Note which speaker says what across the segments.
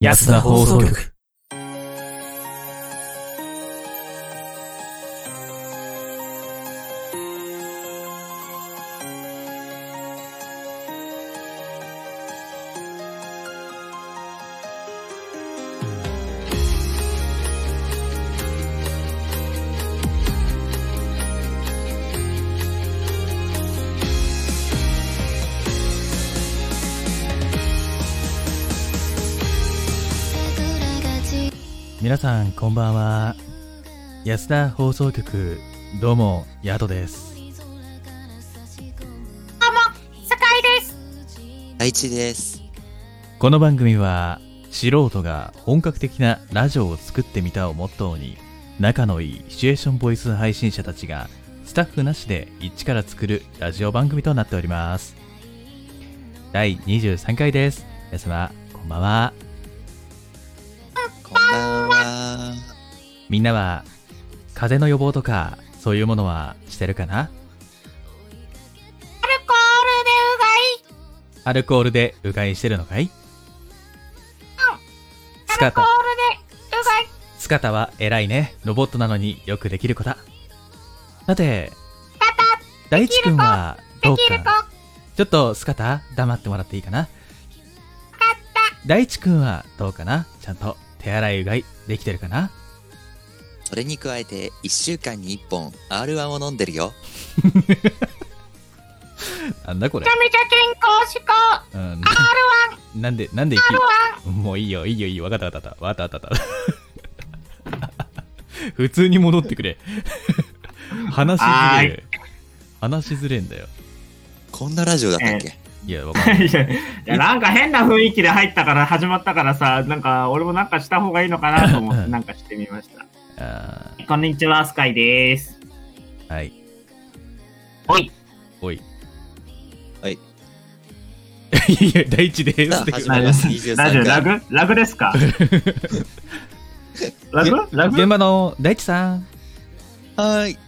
Speaker 1: 安田放送局。皆さんこんばんは安田放送局どうもヤドです
Speaker 2: 愛知です。
Speaker 1: この番組は素人が本格的なラジオを作ってみたをモットーに仲のいいシチュエーションボイス配信者たちがスタッフなしで一から作るラジオ番組となっております第23回です皆様こんばんは
Speaker 2: こんばんは。
Speaker 1: みんなは風邪の予防とかそういうものはしてるかな
Speaker 3: アルコールでう
Speaker 1: アルコールでうがいしてるのかいス
Speaker 3: がい。
Speaker 1: カ
Speaker 3: アルコ
Speaker 1: タ
Speaker 3: ールでうがい。
Speaker 1: スカタは偉いね。ロボットなのによくできる子だ。さて、
Speaker 3: パパ、
Speaker 1: 大地君はどう
Speaker 3: できる子。
Speaker 1: か。ちょっとスカタ、黙ってもらっていいかな。大地君はどうかなちゃんと手洗いうがいできてるかな
Speaker 2: それに加えて、1週間に1本 R1 を飲んでるよ。
Speaker 1: なんだこれ
Speaker 3: めち。ゃめちゃ健康志向。
Speaker 1: うん、
Speaker 3: R1、
Speaker 1: なんで、なんでい
Speaker 3: R1。
Speaker 1: き、もういいよ、いいよ、いいよ。わかったわかったわかったわかったわかった。 普通に戻ってくれ。話しづれえ。話しづれえんだよ。
Speaker 2: こんなラジオだったっけ
Speaker 1: いや、わかん ない。
Speaker 4: いやいや、なんか変な雰囲気で入ったから、始まったからさ、なんか俺もなんかした方がいいのかなと 思って、なんかしてみました。
Speaker 1: あ
Speaker 4: こんにちは、スカイです。
Speaker 1: ーはい。
Speaker 4: おい、
Speaker 1: おい。
Speaker 2: はい
Speaker 1: いや、大地です。
Speaker 2: さあ、始ま
Speaker 4: あ
Speaker 2: ります。23
Speaker 4: ラジオ、ラ
Speaker 2: 回。
Speaker 4: グラグで すかラグラ
Speaker 1: 現
Speaker 4: グ
Speaker 1: 場の大地さん。
Speaker 2: はーい。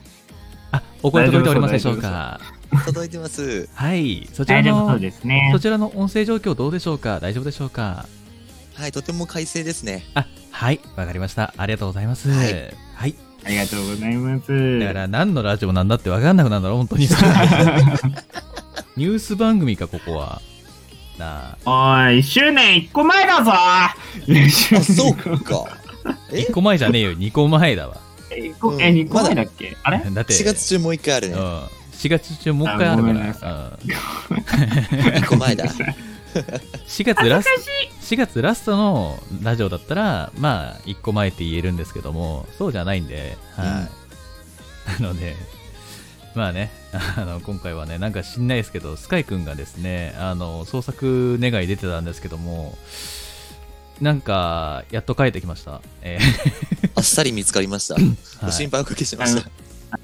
Speaker 1: あ、お声届いておりますでしょうか。
Speaker 2: 届いてます。
Speaker 1: はい。そちら
Speaker 4: 大丈夫そ
Speaker 1: の
Speaker 4: う、ですね
Speaker 1: そ。ちらの音声状況どうでしょうか大丈夫でしょうか
Speaker 2: はい、とても快晴ですね。
Speaker 1: あ、はい。わかりました。ありがとうございます。は
Speaker 2: はいい。
Speaker 4: ありがとうございます。
Speaker 1: だから、何のラジオなんだってわかんなくなるんだろ、本当 に。ニュース番組か、ここは。なあ、
Speaker 4: おい、1周年1個前だぞ
Speaker 2: あ、そうか。 え
Speaker 1: 1個前じゃねえよ、2個前だわ。
Speaker 4: 一個え、2個前だっけ、あれ
Speaker 1: だって、
Speaker 2: 4月中もう1回ある
Speaker 1: うん。
Speaker 2: ね。
Speaker 1: 4月中もう一回ある
Speaker 4: あご
Speaker 1: か
Speaker 4: めん
Speaker 1: ら。
Speaker 4: な
Speaker 1: うん
Speaker 2: 1個前だ。
Speaker 1: 4月ラス4月ラストのラジオだったら、まあ、1個前って言えるんですけども、そうじゃないんで、はい。なので、まあね、あの、今回はね、なんか知んないですけど、スカイくんがですね、あの、創作願い出てたんですけども、なんか、やっと帰ってきました。え
Speaker 2: あっさり見つかりま した。
Speaker 1: ー
Speaker 2: ご
Speaker 1: はい
Speaker 2: 心配おかけしました。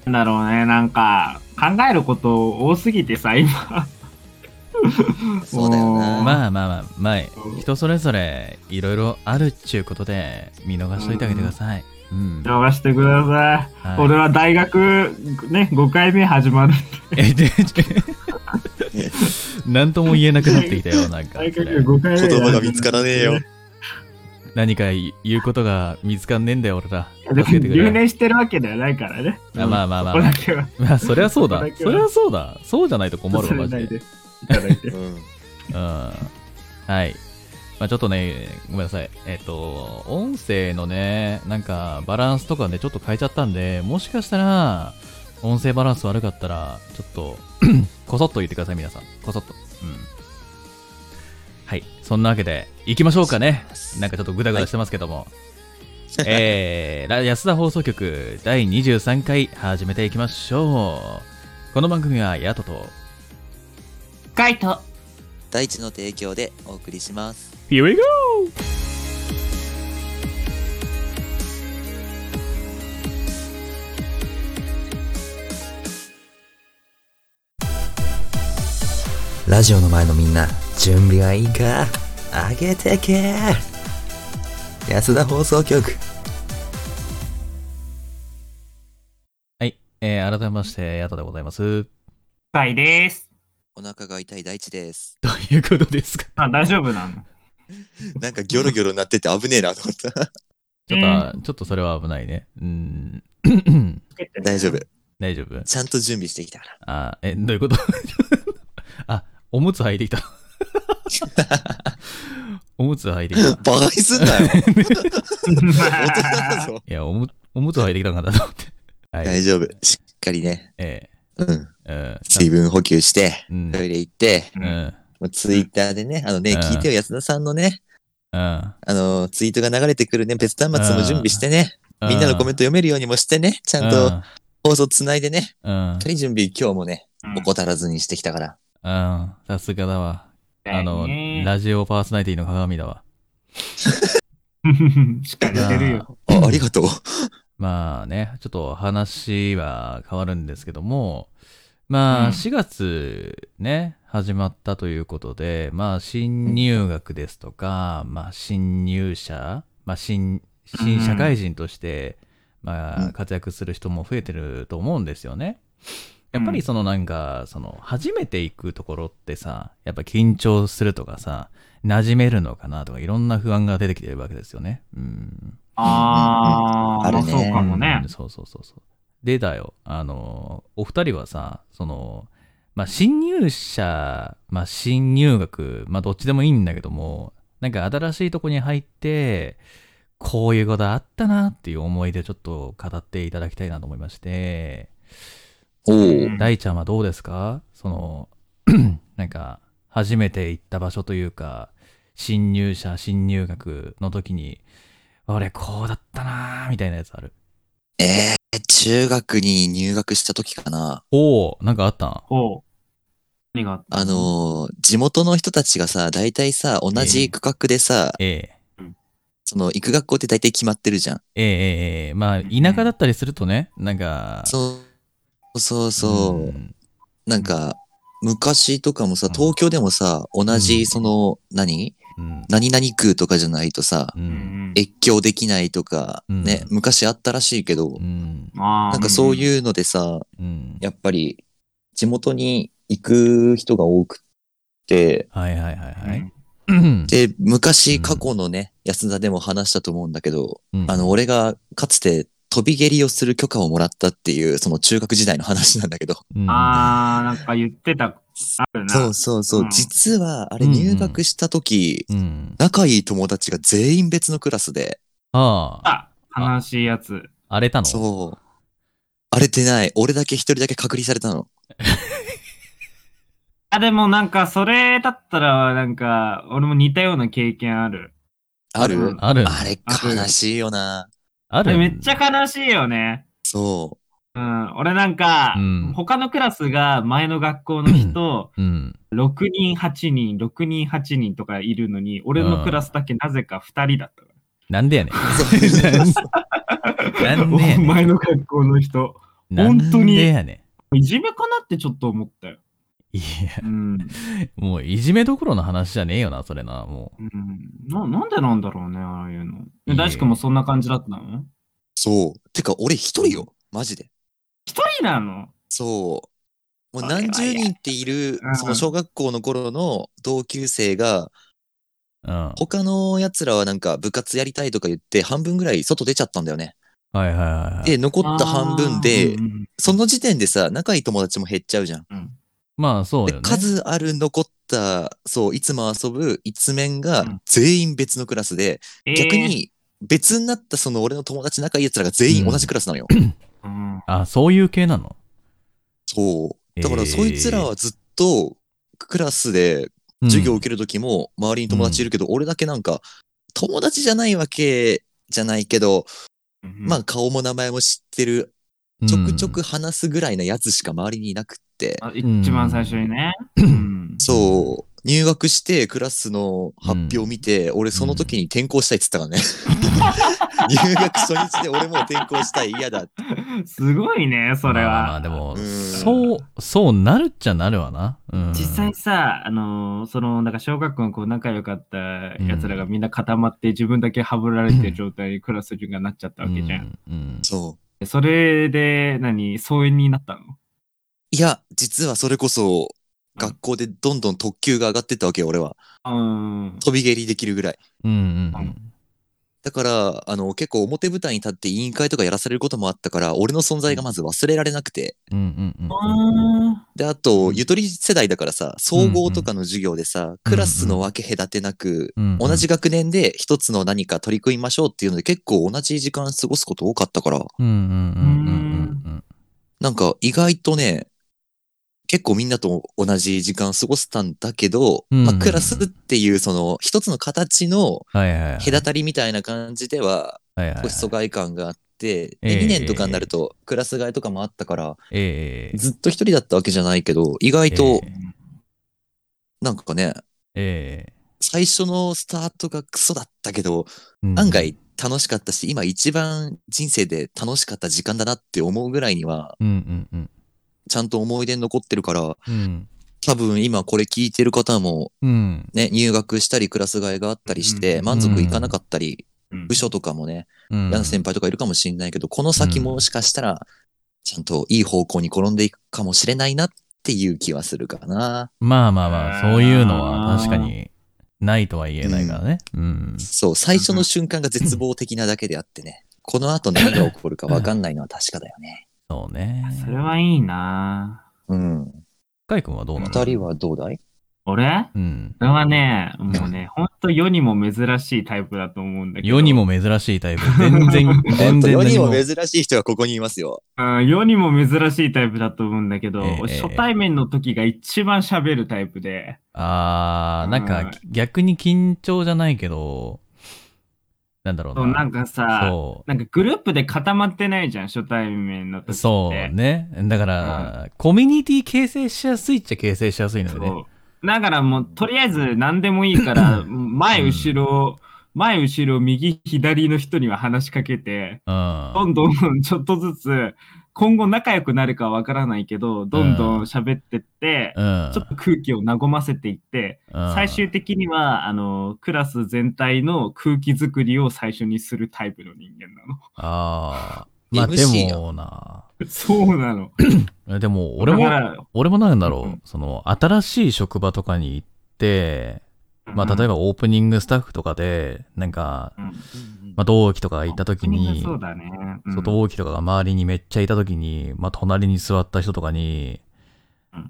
Speaker 4: なんだろうね、なんか、考えること多すぎてさ、 今。
Speaker 2: そうだよ
Speaker 4: うん
Speaker 1: まあ
Speaker 2: な。
Speaker 1: まあまあ、まあ、人それぞれ、いろいろあるっちゅうことで、見逃しといてあげてください。うん。
Speaker 4: 逃してください。
Speaker 1: はい
Speaker 4: 俺は大学、ね、5回目始まる。
Speaker 1: え、で、何とも言え なくなってきたよ、なんか。
Speaker 4: 大
Speaker 1: そ
Speaker 4: 学
Speaker 1: れ
Speaker 4: 5回目。
Speaker 2: 言葉が見つからねえよ。
Speaker 1: 何か言うことが見つかんねえんだよ、俺 ら。
Speaker 4: でも
Speaker 1: 助けてく
Speaker 4: 留
Speaker 1: れ。
Speaker 4: 年してるわけではないからね。
Speaker 1: あまあまあまあ
Speaker 4: ここだけは。
Speaker 1: まあ、そりゃそうだ
Speaker 4: それだ。け
Speaker 1: そ
Speaker 4: は
Speaker 1: りゃそうだ。そうじゃないと困るわ、マ
Speaker 4: 忘
Speaker 1: ジ
Speaker 4: れない
Speaker 1: で。
Speaker 4: で。いただいて。
Speaker 2: うん。
Speaker 1: うん。はい。まあ、ちょっとね、ごめんなさい。えっと、音声のね、なんか、バランスとかね、ちょっと変えちゃったんで、もしかしたら、音声バランス悪かったら、ちょっと、 こそっと言ってください、皆さん。こそっと。うん。はい。そんなわけで、行きましょうかね。なんかちょっとグダグダしてますけども。えー、ラ 安田放送局第23回始めていきましょう。この番組は、ヤトと、
Speaker 4: カイト。
Speaker 2: 大地の提供でお送りします。
Speaker 1: Here we go!
Speaker 5: ラジオの前のみんな、準備はいいか上げてけ安田放送局。
Speaker 1: はい。えー、改めまして、ヤトでございます。
Speaker 4: カイです。
Speaker 2: お腹が痛い大地です。
Speaker 1: ということですか。
Speaker 4: あ、大丈夫なの
Speaker 2: なんかギョロギョロなってて危ねえなと思 った。
Speaker 1: ちょっと、あちょっとそれは危ないね。うん。
Speaker 2: 大丈夫。
Speaker 1: 大丈夫
Speaker 2: ちゃんと準備してきたから。
Speaker 1: あ、え、どういうこと あ、おむつ履いてきた。 おむつ履いてきた。
Speaker 2: バカにすんなよ。大人だぞ
Speaker 1: いや、おむ、おむつ履いてきたんかなと思って。はい。
Speaker 2: 大丈夫。しっかりね。
Speaker 1: え
Speaker 2: うん。
Speaker 1: えうんちゃん
Speaker 2: 水分補給して、
Speaker 1: うん
Speaker 2: トイレ行って、
Speaker 1: うん。
Speaker 2: ツイッターでね、あのね、
Speaker 1: うん
Speaker 2: 聞いてよ、安田さんのね、
Speaker 1: うん。
Speaker 2: あの、ツイートが流れてくるね、別端末も準備してね、みんなのコメン
Speaker 1: ト
Speaker 2: ト読めるようにもしてね、ち
Speaker 1: ち
Speaker 2: ゃんと。放送つないでね、
Speaker 1: うん。うん
Speaker 2: しっかり準備今日もね、
Speaker 4: うん
Speaker 2: 怠らずにしてきたから。
Speaker 1: うん。さすがだわ。あの、ラジオパーソナリティの鏡だわ。
Speaker 4: しっかり出てるよ。
Speaker 2: あ、ありがとう。
Speaker 1: まあね、ちょっと話は変わるんですけども、ま
Speaker 4: う
Speaker 1: あ
Speaker 4: ん
Speaker 1: 4月ね、始まったということで、まあ新入学ですとか、まあ新入社、まあ新、新社会人として、ま
Speaker 2: う
Speaker 1: あ
Speaker 2: ん
Speaker 1: 活躍する人も増えてると思うんですよね。やっぱりそのなんか、その初めて行くところってさ、やっぱ緊張するとかさ、馴染めるのかなとかいろんな不安が出てきてるわけですよね。うん。
Speaker 4: あー、
Speaker 2: あるね
Speaker 4: そうかもね
Speaker 1: うん。そうそうそうそう。でだよ、あの、お二人はさ、その、まあ、新入社、まあ、新入学、まあ、どっちでもいいんだけども、なんか新しいとこに入って、こういうことあったなっていう思い出ちょっと語っていただきたいなと思いまして、
Speaker 2: お
Speaker 4: う
Speaker 2: お。
Speaker 4: ん
Speaker 1: 大ちゃんはどうですかその、 なんか、初めて行った場所というか、新入社、新入学の時に、俺、こうだったなーみたいなやつある。
Speaker 2: えー、中学に入学した時かな。
Speaker 1: おおなんかあったん
Speaker 4: おう。何があった
Speaker 2: あのー地元の人たちがさ、大体さ、同じ区画でさ、
Speaker 1: ええ
Speaker 2: その、行く学校って大体決まってるじゃん。
Speaker 1: ええええええまあ田舎だったりするとねなんか
Speaker 2: そう、そうそう。
Speaker 1: ん
Speaker 2: なんか、昔とかもさ
Speaker 1: う、ん
Speaker 2: 東京でもさ、同
Speaker 1: う
Speaker 2: じ、
Speaker 1: ん
Speaker 2: その、何
Speaker 1: うん
Speaker 2: 何々区とかじゃないとさ
Speaker 1: う、
Speaker 4: うんん
Speaker 2: 越境できないとか、
Speaker 1: うん
Speaker 2: ね、昔あったらしいけど
Speaker 1: う、ん
Speaker 4: あー
Speaker 2: なんかそういうのでさ、
Speaker 1: うん
Speaker 2: やっぱり、地元に行く人が多くて、
Speaker 1: はいはいはいはい、
Speaker 2: で、昔、
Speaker 1: うん
Speaker 2: 過去のね、安田でも話したと思うんだけど、
Speaker 1: うん
Speaker 2: あの、俺がかつて飛び蹴りをする許可をもらったっていう、その中学時代の話なんだけど。
Speaker 1: うん
Speaker 4: あー、なんか言ってた、あるな。
Speaker 2: そうそうそう。
Speaker 4: うん
Speaker 2: 実は、あれ
Speaker 1: うんうん
Speaker 2: 入学した時、
Speaker 1: うん
Speaker 2: 仲いい友達が全員別のクラスで、
Speaker 1: ああ
Speaker 4: あ、悲しいやつ。
Speaker 1: 荒れたの
Speaker 2: そう。荒れてない。俺だけ一人だけ隔離されたの。
Speaker 4: あ、でもなんか、それだったら、なんか、俺も似たような経験ある。
Speaker 2: ある、
Speaker 4: うん
Speaker 1: ある
Speaker 2: あれ
Speaker 4: ある
Speaker 2: 悲しいよ
Speaker 1: あ
Speaker 2: な。
Speaker 4: あれ
Speaker 1: る
Speaker 4: めっちゃ悲しいよね。
Speaker 2: そ
Speaker 4: うん、俺なんか、
Speaker 1: うん
Speaker 4: 他のクラスが前の学校の人、
Speaker 1: うん
Speaker 4: 6人、8人、6人、8人とかいるのに、俺のクラスだけなぜか2人だった。
Speaker 1: なん でやねん なんでやねん
Speaker 4: 前の学校の人。
Speaker 1: なん
Speaker 4: 本当に
Speaker 1: でやね
Speaker 4: いじめかなってちょっと思ったよ。
Speaker 1: んいや
Speaker 4: うん。
Speaker 1: もういじめどころの話じゃねえよなそれなもう
Speaker 4: うん、ななんでなんだろうね、ああいうの。
Speaker 1: いえ
Speaker 4: え大志くんもそんな感じだったの
Speaker 2: う。そう。てか、俺一人よ。マジで。
Speaker 4: 一人なの
Speaker 2: そう。もう
Speaker 4: それは
Speaker 2: 何十人っている
Speaker 4: う、ん
Speaker 2: その小学校の頃の同級生が、
Speaker 1: うんはい
Speaker 2: 他の奴らはなんか部活やりたいとか言って、半分ぐらい外出ちゃったんだよね。
Speaker 1: はいはいはい
Speaker 2: で、残った半分
Speaker 4: あ
Speaker 2: で
Speaker 4: ーう、ん
Speaker 2: その時点でさ、仲いい友達も減っちゃうじゃん。
Speaker 4: うん
Speaker 1: まあそう
Speaker 2: で
Speaker 1: よね
Speaker 2: 数ある残った、そう、いつも遊ぶ一面が
Speaker 4: うん
Speaker 2: 全員別のクラスで、
Speaker 4: えー
Speaker 2: 逆に別になったその俺の友達仲いい奴らが全員同じクラスなのよ。
Speaker 4: うん
Speaker 1: あそういう系なの
Speaker 2: そう。だか
Speaker 1: え
Speaker 2: ら
Speaker 1: ー
Speaker 2: そいつらはずっとクラスで
Speaker 1: うん
Speaker 2: 授業を受ける時も周りに友達いるけど、俺だけなんか友達じゃないわけじゃないけど、まあ顔も名前も知ってる、ちょくちょく話すぐらいなやつしか周りにいなくって。
Speaker 4: あ一番最初に ね。うん
Speaker 2: そう。入学してクラスの発表を見て、俺その時に転校したいっつったからね。入学初日で俺もう転校したい、嫌だって。
Speaker 4: すごいね、それは。
Speaker 1: まあまあでも、
Speaker 2: うん
Speaker 1: そう、そうなるっちゃなるわな。うん、
Speaker 4: 実際さ、あのーその、なんか小学校のこう仲良かったやつらがみんな固まって自分だけはぶられてる状態にクラス中がなっちゃったわけじゃん。
Speaker 1: うん。うん
Speaker 2: そう。
Speaker 4: でそれで、何、疎遠になったの
Speaker 2: いや、実はそれこそ、学校でどんどん特級が上がってったわけよ、俺は。
Speaker 4: うん。
Speaker 2: 飛び蹴りできるぐらい。
Speaker 1: うんうんう。
Speaker 4: うん
Speaker 2: だから、あの、結構表舞台に立って委員会とかやらされることもあったから、俺の存在がまず忘れられなくて。
Speaker 1: うんうんうん
Speaker 4: あ
Speaker 2: で、あと、ゆとり世代だからさ、総合とかの授業でさ、クラスの分け隔てなく、
Speaker 1: うん。
Speaker 2: 同じ学年で一つの何か取り組みましょうっていうので結構同じ時間過ごすこと多かったから、
Speaker 1: うんうんうんうんうん
Speaker 2: なんか意外とね、結構みんなと同じ時間過ごせたんだけど、
Speaker 1: うん
Speaker 2: まあクラスっていうその一つの形の
Speaker 1: うん。はいはいはい。
Speaker 2: 隔たりみたいな感じでは
Speaker 1: はいはいは
Speaker 2: 少
Speaker 1: い
Speaker 2: し疎外感があって、
Speaker 1: ええ
Speaker 2: で2年とかになるとクラス替えとかもあったから、
Speaker 1: ええ
Speaker 2: ずっと一人だったわけじゃないけど、意外となんかね、
Speaker 1: ええ
Speaker 2: 最初のスタートがクソだったけど、
Speaker 1: うん
Speaker 2: 案外楽しかったし、今一番人生で楽しかった時間だなって思うぐらいには、
Speaker 1: うんうんうん
Speaker 2: ちゃんと思い出に残ってるから、
Speaker 1: うん
Speaker 2: 多分今これ聞いてる方も
Speaker 1: うん
Speaker 2: ね、入学したりクラス替えがあったりし
Speaker 4: う
Speaker 2: て、
Speaker 4: ん
Speaker 2: 満足いかなかったり、
Speaker 4: うん
Speaker 2: 部署とかもね、
Speaker 1: うん
Speaker 2: 嫌な先輩とかいるかもしれないけど、この先もしかしたら、ちゃんといい方向に転んでいくかもしれないなっていう気はするかな。
Speaker 1: まあまあまあ、そういうのは確かにないとは言えないからね。うん。
Speaker 2: そう、最初の瞬間が絶望的なだけであってね、この後何が起こるかわかんないのは確かだよね。
Speaker 1: そうね。
Speaker 4: それはいいな
Speaker 2: うん。
Speaker 1: 深井君はどうなの
Speaker 2: 二人はどうだい
Speaker 4: 俺
Speaker 1: うん。
Speaker 4: それはね、も うね、ほんと世にも珍しいタイプだと思うんだけど。
Speaker 1: 世にも珍しいタイプ。 全然、全然
Speaker 2: 世に
Speaker 1: 何
Speaker 2: も
Speaker 1: も。
Speaker 2: 珍しい人がここにいますよ。
Speaker 4: うん世にも珍しいタイプだと思うんだけど、
Speaker 1: ええ
Speaker 4: 初対面の時が一番喋るタイプで、
Speaker 1: あー、なん
Speaker 4: うん
Speaker 1: か逆に緊張じゃないけど、なんだろう
Speaker 4: そ
Speaker 1: な。
Speaker 4: うなんかさ、
Speaker 1: そ
Speaker 4: なんかグループで固まってないじゃん、初対面の時っ
Speaker 1: う。
Speaker 4: て。
Speaker 1: そうね。だから、コミュニティ形成しやすいっちゃ形成しやすいのよね。
Speaker 4: そうだからもう、とりあえず何でもいい から、前、後ろ、前、後ろ、右、左の人には話しかけて、
Speaker 1: うん。
Speaker 4: どんどんちょっとずつ、今後仲良くなるかわからないけど、どんどん喋ってって、
Speaker 1: うん。
Speaker 4: ちょっと空気を和ませていって、
Speaker 1: うん
Speaker 4: 最終的には、あの、クラス全体の空気作りを最初にするタイプの人間 なの。
Speaker 1: ああ。まあで
Speaker 2: MC
Speaker 1: もな。
Speaker 4: そうなの。
Speaker 1: えでも俺
Speaker 4: だか
Speaker 1: も、
Speaker 4: ら
Speaker 1: 俺もなんだろう、
Speaker 4: うん
Speaker 1: その新しい職場とかに行って、まあ例えばオープニングスタッフとかで、なんか、
Speaker 4: うん、
Speaker 1: まあ同期とかがいた時に、
Speaker 4: そうだね。うん
Speaker 1: そう同期とかが周りにめっちゃいた時に、まあ隣に座った人とかに、
Speaker 4: うん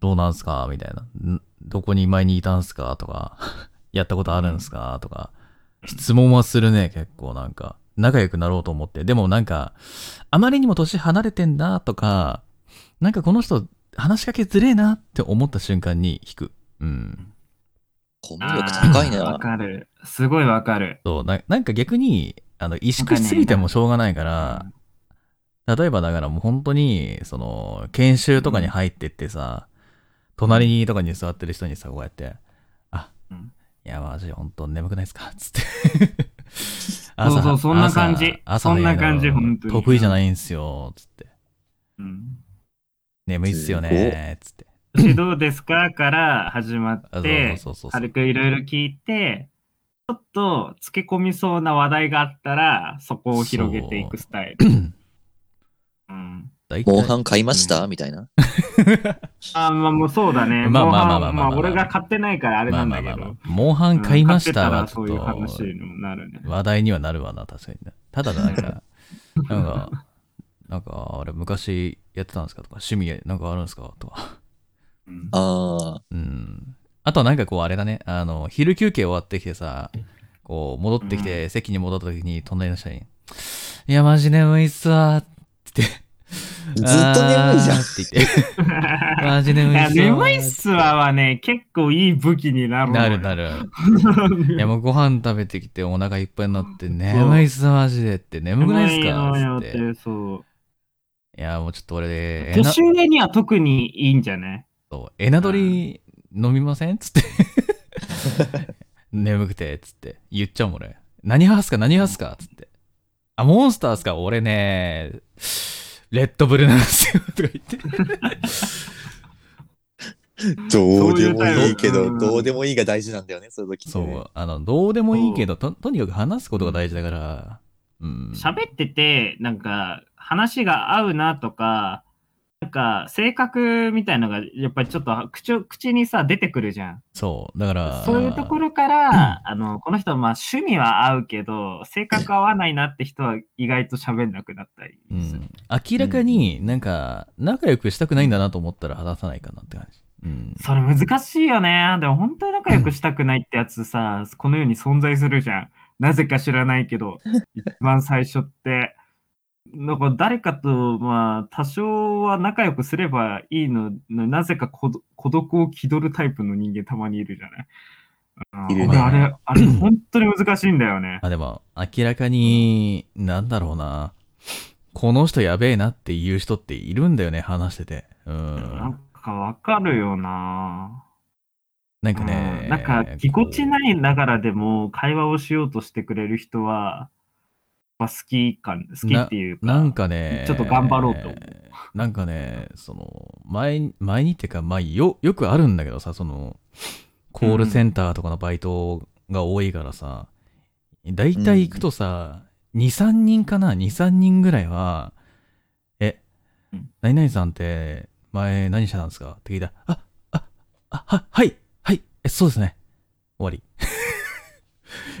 Speaker 1: どうなんすかみたいな。んどこに前にいたんすかとか、 やったことあるんすかとか、質問はするね、結構なんか。仲良くなろうと思って。でもなんか、あまりにも年離れてんなとか、なんかこの人、話しかけづれえなって思った瞬間に引く。うん。
Speaker 2: コミュ
Speaker 4: あ
Speaker 2: 力
Speaker 4: ー
Speaker 2: 高い
Speaker 4: わ
Speaker 2: な。
Speaker 4: かる。すごいわかる。
Speaker 1: そうな、なんか逆に、あの、萎縮しすぎてもしょうがないから、例えばだからもう本当に、その、研修とかに入ってってさ、隣にとかに座ってる人にさ、こうやって、あ、
Speaker 4: うん
Speaker 1: いや、マジ本当眠くないですかつ って。
Speaker 4: そうそうそんな感じ
Speaker 1: 朝
Speaker 4: そんな感じ
Speaker 1: 早いの
Speaker 4: 本当に
Speaker 1: 得意じゃないんすよ、つって。
Speaker 4: うん
Speaker 1: 眠いっすよね、つって。
Speaker 4: 私どうですかから始ま
Speaker 1: あ
Speaker 4: って、
Speaker 1: そうそうそうそう
Speaker 4: 軽。くいろいろ聞いて、ちょっと付け込みそうな話題があったら、そこを広げていくスタイル。うん、
Speaker 1: 大体
Speaker 2: モンハン買いましたみたいな。
Speaker 4: あまあもうそうだね。
Speaker 1: まあまあまあまあ
Speaker 4: もう
Speaker 1: まあまあまあ
Speaker 4: 俺が買ってないからあれなんだけ
Speaker 1: まあまあまあ
Speaker 4: ど。
Speaker 1: まあモンハン買いました
Speaker 4: うん買
Speaker 1: は
Speaker 4: って
Speaker 1: ち
Speaker 4: た
Speaker 1: ょ
Speaker 4: ら
Speaker 1: っ
Speaker 4: そういう
Speaker 1: と
Speaker 4: 話にもなるね。
Speaker 1: 話題にはなるわな、確かにね。ただなんか、なんか、なんか、あれ昔やってたんですかとか、趣味なんかあるんですかとか。
Speaker 4: うん
Speaker 2: ああ。
Speaker 1: うん。あとはなんかこう、あれだね、あの、昼休憩終わってきてさ、こう、戻ってきて、席に戻った時に、隣の人に、いや、マジ眠いっすわ、って言って。
Speaker 2: ずっと眠いじゃん
Speaker 1: あーって言って。マジ
Speaker 4: い
Speaker 1: 眠いっ
Speaker 4: や
Speaker 1: すわ。
Speaker 4: 眠いっすわはね、結構いい武器になるの
Speaker 1: な
Speaker 4: よ
Speaker 1: るなる。 いやもうご飯食べてきてお腹いっぱいになって眠いっすマジでって眠くないっすか
Speaker 4: 眠いよ
Speaker 1: っつって。
Speaker 4: ってそう。
Speaker 1: いやもうちょっと俺で、えな
Speaker 4: 年上には特にいいんじゃない
Speaker 1: そうエナドリ飲みませんつって。眠くて、つって。言っちゃうもん俺。何派っすか何派っすかつって。あ、モンスターっすか俺ね、レッドブルなんですよ。 とか言って。
Speaker 2: ど
Speaker 4: うでもいいけどどうで
Speaker 2: もいいが大事なんだよね、そういう時
Speaker 1: そう、あの、どうでもいいけど、ととにかく話すことが大事だから。うん。
Speaker 4: 喋ってて、なんか、話が合うなとか、なんか、性格みたいのが、やっぱりちょっと口を口にさ、出てくるじゃん。
Speaker 1: そう、だから、
Speaker 4: そういうところから、あの、この人はまあ趣味は合うけど、性格合わないなって人は意外と喋んなくなったり
Speaker 1: う
Speaker 4: する。
Speaker 1: ん、明らかになんか仲良くしたくないんだなと思ったら話さないかなって感じ。うん、
Speaker 4: それ難しいよね。でも本当に仲良くしたくないってやつさ、この世に存在するじゃん。なぜか知らないけど、一番最初って。なんか誰かと、まあ、多少は仲良くすればいいの、なぜか孤独孤独を気取るタイプの人間たまにいるじゃない。あ
Speaker 2: いるね
Speaker 4: 俺あれ、あれ、本当に難しいんだよね。
Speaker 1: あでも明らかになんだろうなこの人やべえなっていう人っているんだよね話してて。う、
Speaker 4: なんんかわかるよな
Speaker 1: なんかね、
Speaker 4: うんなんかぎこち
Speaker 1: い
Speaker 4: ないながらでも会話をしようとしてくれる人は、やっぱ好き感、好きっていうか。
Speaker 1: なんかね
Speaker 4: ちょっと頑張ろうと思う
Speaker 1: なんかねその前前にっていうか、まあ、よよくあるんだけどさそのコールセンターとかのバイトが多いからさ、大体行くとさ、23人かな23人ぐらいは「え
Speaker 4: うん
Speaker 1: 何々さんって前何してたんですか?」って聞いたら「あああははいはいえそうですね終わり」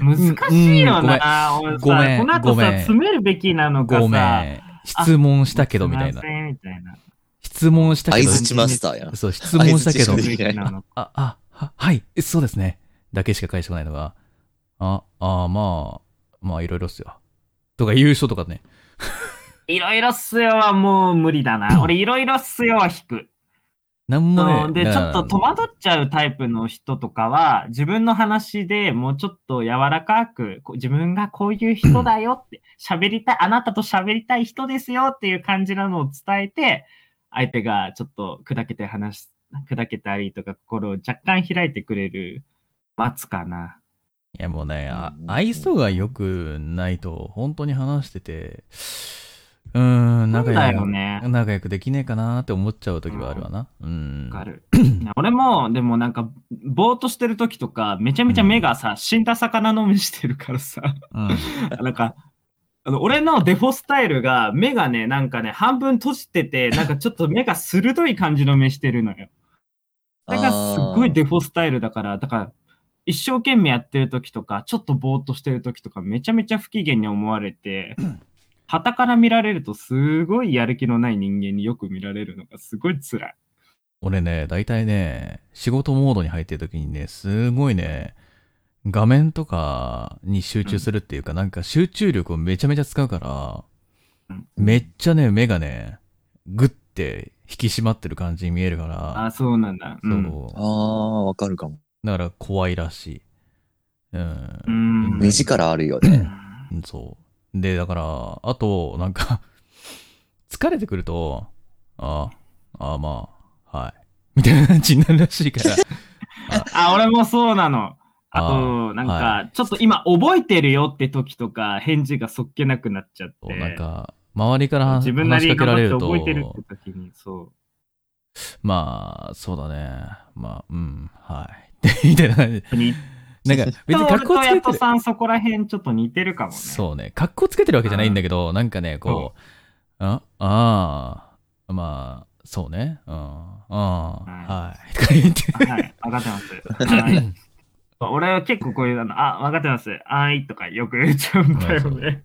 Speaker 4: 難しいよな、
Speaker 1: うんうん
Speaker 4: 俺
Speaker 1: ごめん
Speaker 4: さこの後
Speaker 1: ごめん
Speaker 4: さ、詰めるべきなのかさ。
Speaker 1: ごめん質問したけどみたいな
Speaker 4: すませんみたいな。
Speaker 1: 質問したけ
Speaker 2: 相
Speaker 1: ど
Speaker 2: づちマスターやん。
Speaker 1: そう質問したけど
Speaker 2: 相づちしてるみたいな。
Speaker 1: あ、あ、は、はい、えそうですね。だけしか返してこないのが、あ、あ、まあ、まあ、いろいろっすよ。とか言う人とかね。
Speaker 4: いろいろっすよはもう無理 だな。俺いろいろっすよは引く。
Speaker 1: なんも
Speaker 4: うん
Speaker 1: ね。
Speaker 4: で、ちょ
Speaker 1: な
Speaker 4: っと戸惑っちゃうタイプの人とかは、自分の話でもうちょっと柔らかく、こう自分がこういう人だよって、喋りたい、あなたと喋りたい人ですよっていう感じなのを伝えて、相手がちょっと砕けて話す、砕けたりとか、心を若干開いてくれる、待つかな。
Speaker 1: いや、もうね、あ
Speaker 2: うん
Speaker 1: 愛想が良くないと、本当に話してて、うーん、仲
Speaker 4: そうだ
Speaker 1: 良
Speaker 4: よ
Speaker 1: く、
Speaker 4: ね
Speaker 1: 仲良くできねえかなって思っちゃう時はあるわな。うん。
Speaker 4: わかる。俺も、でもなんか、ぼーっとしてる時とか、めちゃめちゃ目がさ、死んだ魚の目してるからさ。
Speaker 1: うん。
Speaker 4: なんか、あの俺のデフォスタイルが目がね、なんかね、半分閉じ てて、なんかちょっと目が鋭い感じの目してるのよ。だからすっごいデフォスタイルだから、だから、一生懸命やってる時とか、ちょっとぼーっとしてる時とか、めちゃめちゃ不機嫌に思わ れて、旗から見られると、すごいやる気のない人間によく見られるのがすごい辛い。
Speaker 1: 俺ね、大体ね、仕事モードに入ってる時にね、すごいね、画面とかに集中するっていうか、なんか集中力をめちゃめちゃ使うから、
Speaker 4: うん
Speaker 1: めっちゃね、目がね、ぐって引き締まってる感じに見えるから、
Speaker 4: あ、そうなんだ。
Speaker 1: そう、
Speaker 4: ん
Speaker 2: あーあー、わかるかも。
Speaker 1: だから怖いらしい。う。
Speaker 4: うんん。
Speaker 2: 目力あるよね。
Speaker 1: そう。で、だから、あと、なんか、 疲れてくると、ああ、ああ、まあ、はい。みたいな感じになるらしいから、
Speaker 4: あ、俺もそうなの。あ
Speaker 1: あー
Speaker 4: と、なん
Speaker 1: は
Speaker 4: か、ちょっと今覚えてるよって時とか、返事がそっけなくなっちゃって
Speaker 1: そう、なんか、周りから話
Speaker 4: 自分な
Speaker 1: し
Speaker 4: り
Speaker 1: か
Speaker 4: に
Speaker 1: けら
Speaker 4: 頑
Speaker 1: れ
Speaker 4: 張って
Speaker 1: ると
Speaker 4: 覚え、てるって時に、そ
Speaker 1: まあ、そうだね。まあ、うん、はい。 みたいな感じ。
Speaker 4: う。に
Speaker 1: なんか、別に格好つ
Speaker 4: と俺
Speaker 1: け
Speaker 4: と
Speaker 1: て
Speaker 4: やと
Speaker 1: る。
Speaker 4: さん、そこら辺ちょっと似てるかもね。
Speaker 1: そうね、格好つけてるわけじゃないんだけど、なんかね、こう、あ、ああ、まあ、そうね、うん、ああ、はい。とか言って。
Speaker 4: はい、わかってます。はい。俺は結構こういうの、あ、わかってます。あーいとかよく言っちゃうんだよね。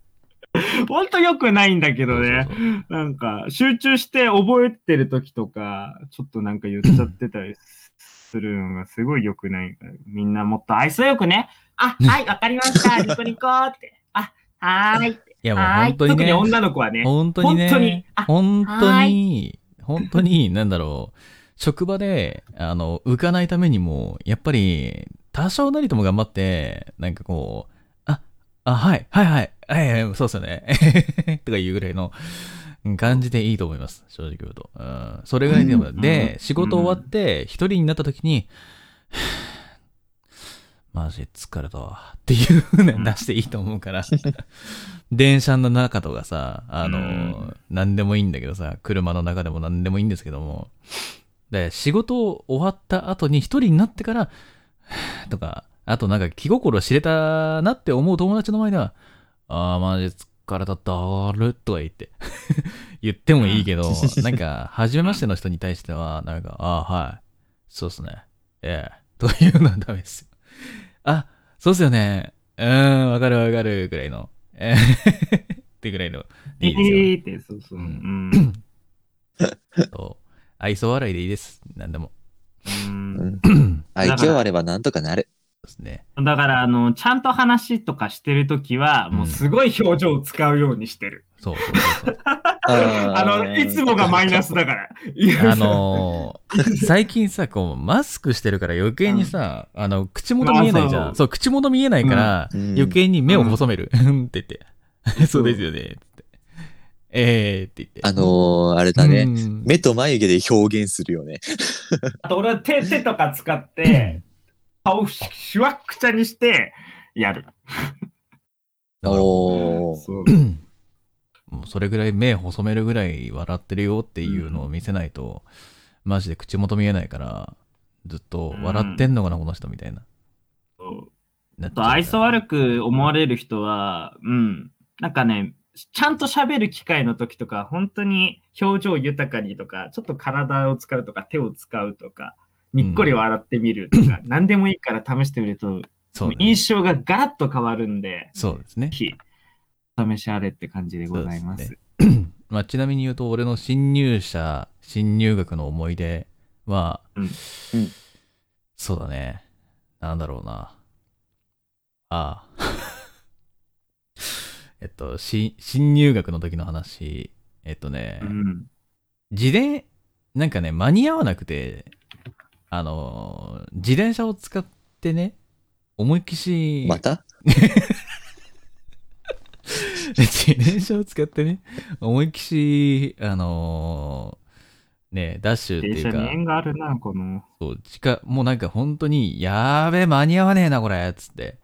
Speaker 4: ほんとよくないん だけどね。
Speaker 1: そうそう
Speaker 4: なんか、集中して覚えてる時とか、ちょっとなんか言っちゃってたりするのがすごい良くないから、みんなもっと愛想よくね。あ、はい、わかりました。ニコニコって。あ、はーいって。
Speaker 1: いや、もう
Speaker 4: はーい。
Speaker 1: 本当に
Speaker 4: 特に
Speaker 1: ね、
Speaker 4: 女の子はね。
Speaker 1: 本当に
Speaker 4: 本当に
Speaker 1: ね、
Speaker 4: あ
Speaker 1: 本当
Speaker 3: は
Speaker 1: に、本当に、 なんだろう、職場で、あの、浮かないためにも、やっぱり、多少なりとも頑張って、なんかこう、あ、あ、はい、はい、はい、ええ、そうっすよね、 とかいうぐらいのうん感じでいいと思います、正直言うと。うん、それぐらいでも、
Speaker 4: ん
Speaker 1: で
Speaker 4: う、ん
Speaker 1: 仕事終わって、一人になった時に、 はぁマジ疲れたわ。っていうね、
Speaker 4: うん
Speaker 1: 出していいと思うから。電車の中とかさ、あの、
Speaker 4: うん
Speaker 1: 何でもいいんだけどさ、車の中でも何でもいいんですけども、で仕事終わった後に一人になってから、は ぁとか、あとなんか気心知れたなって思う友達の前では、ああ、マジ疲れただるとか言って、 言ってもいいけ ど、なんか、初めましての人に対しては、なんか、ああ、はい。そうっすね。ええ。というのはダメですよ。あ、そうっすよね。うーん、わかるわかる、ぐらいの。ええってぐらいの。でいいですよ。
Speaker 4: えーって、そうそう。うん。うん
Speaker 1: そう愛想笑いでいいです。なんでも。
Speaker 2: うん愛嬌あればなんとかな
Speaker 1: そ
Speaker 2: る。
Speaker 1: うですね。
Speaker 4: だから、あの、ちゃんと話とかしてるときは、もうすごい表情を使うようにしてる。
Speaker 1: そうそうそうそう。
Speaker 4: あの、いつもがマイナスだから。いや
Speaker 1: あのー最近さ、こう、マスクしてるから余計にさ、あの、口元見えないじ
Speaker 4: まあ
Speaker 1: ゃ
Speaker 4: そ
Speaker 1: ん。
Speaker 4: う
Speaker 1: そう、口元見えないから、
Speaker 2: うん
Speaker 1: 余計に目を細める。うん って言って。 そうですよね。って。えーって言って。
Speaker 2: あのー、あれだね。
Speaker 1: うん
Speaker 2: 目と眉毛で表現するよね。
Speaker 4: あと俺は手、手とか 使って、顔をししわっくちゃにして、やる。
Speaker 1: だからも
Speaker 2: おー
Speaker 4: そう
Speaker 1: うそれぐらい目細めるぐらい笑ってるよっていうのを見せないと、マジで口元見えないから、ずっと笑ってんのかな、この人みたいな。
Speaker 4: そう
Speaker 1: なっちゃう
Speaker 4: あと、
Speaker 1: から
Speaker 4: 愛想悪く思われる人は、うん。なんかね、ちゃんと喋る機会の時とか、本当に表情豊かにとか、ちょっと体を使うとか、手を使うとか、にっこり笑ってみるとか、 何でもいいから試してみると、
Speaker 1: そうね、
Speaker 4: 印象がガラッと変わるんで、
Speaker 1: そうですね
Speaker 4: ぜ。ひ、お試しあれって感じでございま
Speaker 1: そう
Speaker 4: す
Speaker 1: で。 まあ、ちなみに言うと、俺の新入社、新入学の思い出は、
Speaker 4: うん
Speaker 2: うん
Speaker 1: そうだね。なんだろうな。あ あ。えっと、し新入学の時の話、えっとね、
Speaker 4: うん。
Speaker 1: 自転、なんかね、間に合わなくて、あのー、自転車を使ってね、思いっきし、
Speaker 2: また
Speaker 1: 自転車を使ってね、思いっきし、あのーね、ダッシュって
Speaker 4: 電
Speaker 1: い
Speaker 4: 車
Speaker 1: う
Speaker 4: に
Speaker 1: か、
Speaker 4: 縁があるな、この。
Speaker 1: そう近もうなんか本当に、やーべえ、間に合わねえな、これ、つって、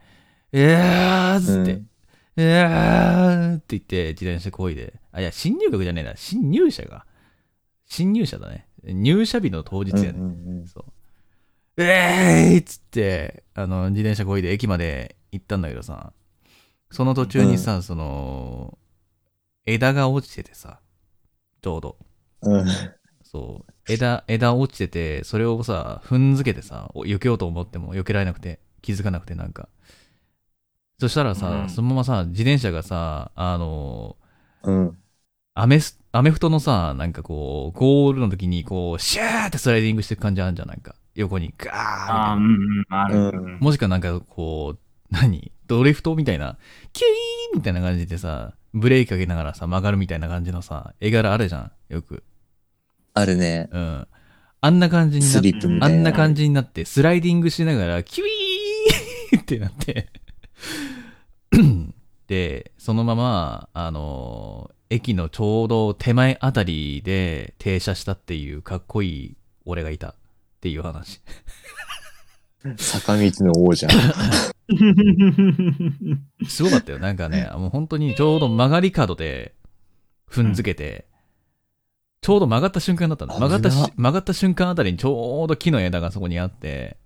Speaker 1: いやー、つって、
Speaker 2: うん
Speaker 1: いやーって言って、自転車こいで、あ、いや、新入学じゃねえな、新入社が、新入社だね、入社日の当日やね。
Speaker 2: うんうんうん
Speaker 1: そう。えーいっつって、あの、自転車こいで駅まで行ったんだけどさ、その途中にさ、その、枝が落ちててさ、ちょうど。
Speaker 2: うん
Speaker 1: そう。枝、枝落ちてて、それをさ、踏んづけてさ、お避けようと思っても避けられなくて、気づかなくて、なんか。そしたらさ、
Speaker 4: うん
Speaker 1: そのままさ、自転車がさ、あの
Speaker 2: うん
Speaker 1: アメス、アメフトのさ、なんかこう、ゴールの時に、こう、シャーってスライディングしてる感じあるじゃん、なんか。横に、ガーみたい
Speaker 4: あ
Speaker 1: な
Speaker 4: あ、うんうん、ある。
Speaker 2: うん
Speaker 1: もしかなんかこう、何ドリフトみたいな、キュイーンみたいな感じでさ、ブレーキかけながらさ、曲がるみたいな感じのさ、絵柄あるじゃん、よく。
Speaker 2: あるね。
Speaker 1: うん。あんな感じにな
Speaker 2: ス
Speaker 1: って、
Speaker 2: リップみ
Speaker 1: あ
Speaker 2: たいな。
Speaker 1: んな感じになって、スライディングしながら、キュイーンってなって。 で、そのまま、あのー駅のちょうど手前あたりで停車したっていうかっこいい俺がいたっていう話。
Speaker 2: 坂道の王者。
Speaker 1: すごかったよ。なんかね、もう本当にちょうど曲がり角で踏んづけて、ちょうど曲がった瞬間だったの。
Speaker 2: 危な
Speaker 1: 曲がったし曲がった瞬間あたりにちょうど木の枝がそこにあって、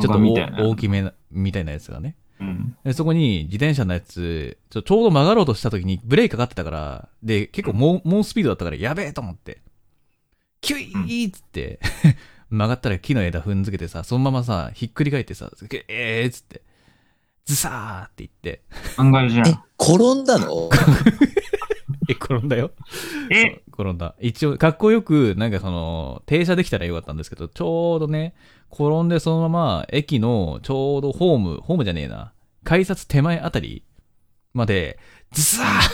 Speaker 1: ちょっと
Speaker 4: なんかみたいな
Speaker 1: お大きめなみたいなやつがね。
Speaker 4: うん
Speaker 1: でそこに自転車のやつちょ、ちょうど曲がろうとした時にブレーキかかってたから、で、結構猛猛スピードだったからやべえと思って、キュイーっつって、 曲がったら木の枝踏んづけてさ、そのままさ、ひっくり返ってさ、えーっつって、ズサーって言って、
Speaker 4: 案外じゃ ん
Speaker 2: え。、転んだ の
Speaker 1: え、 転んだよ。
Speaker 4: え、
Speaker 1: 転んだ。一応、かっこよく、なんかその、停車できたらよかったんですけど、ちょうどね、転んでそのまま、駅のちょうどホーム、ホームじゃねえな、改札手前あたりまで、ズサーっ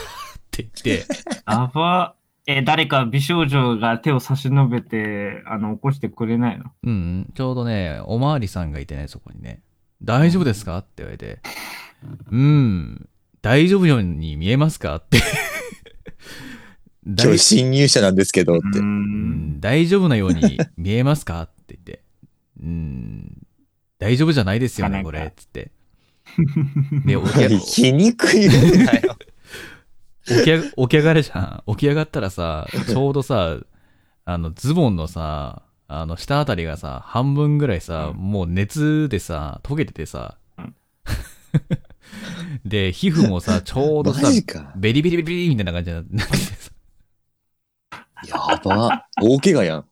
Speaker 1: て言って、
Speaker 4: やば。え、誰か美少女が手を差し伸べて、あの、起こしてくれないの
Speaker 1: うんうん、ちょうどね、おまわりさんがいてね、そこにね、大丈夫ですかって言われて、うん、大丈夫ように見えますかって。
Speaker 2: 今日新入社なんですけどって。
Speaker 4: う。
Speaker 1: うんん大丈夫なように見えますかって言って、うん、大丈夫じゃないですよね、
Speaker 4: な
Speaker 1: こ
Speaker 4: かなか
Speaker 1: れ、つ って。で、起き
Speaker 2: 皮肉言うなよ。
Speaker 1: 起き上が起き上がるじゃん。起き上がったらさ、ちょうどさ、あの、ズボンのさ、あの、下あたりがさ、半分ぐらいさ、
Speaker 4: うん
Speaker 1: もう熱でさ、溶けててさ
Speaker 4: うん
Speaker 1: で、皮膚もさ、ちょうどさ
Speaker 2: マ、ジか。
Speaker 1: ベリベリベリベリみたいな感じになっててさ
Speaker 2: ば、大怪我やん。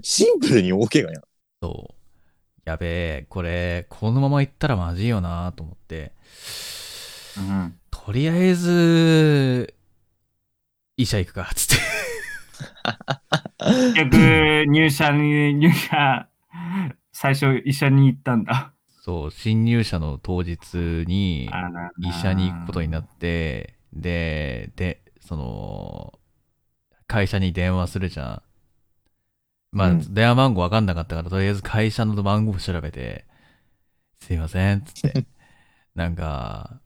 Speaker 2: シンプルに大怪我やん。
Speaker 1: そう。やべえ、これ、このまま行ったらまずいよなと思って、
Speaker 4: うん。
Speaker 1: とりあえず、医者行くか、つって。
Speaker 4: 逆、入社に、入社、最初医者に行ったんだ。
Speaker 1: そう、新入社の当日に、
Speaker 4: あら
Speaker 1: 医者に行くことになって、で、で、その、会社に電話するじゃん。まあ、
Speaker 2: うん
Speaker 1: 電話番号わかんなかったから、とりあえず会社の番号調べて、すいません、つ って。なんか、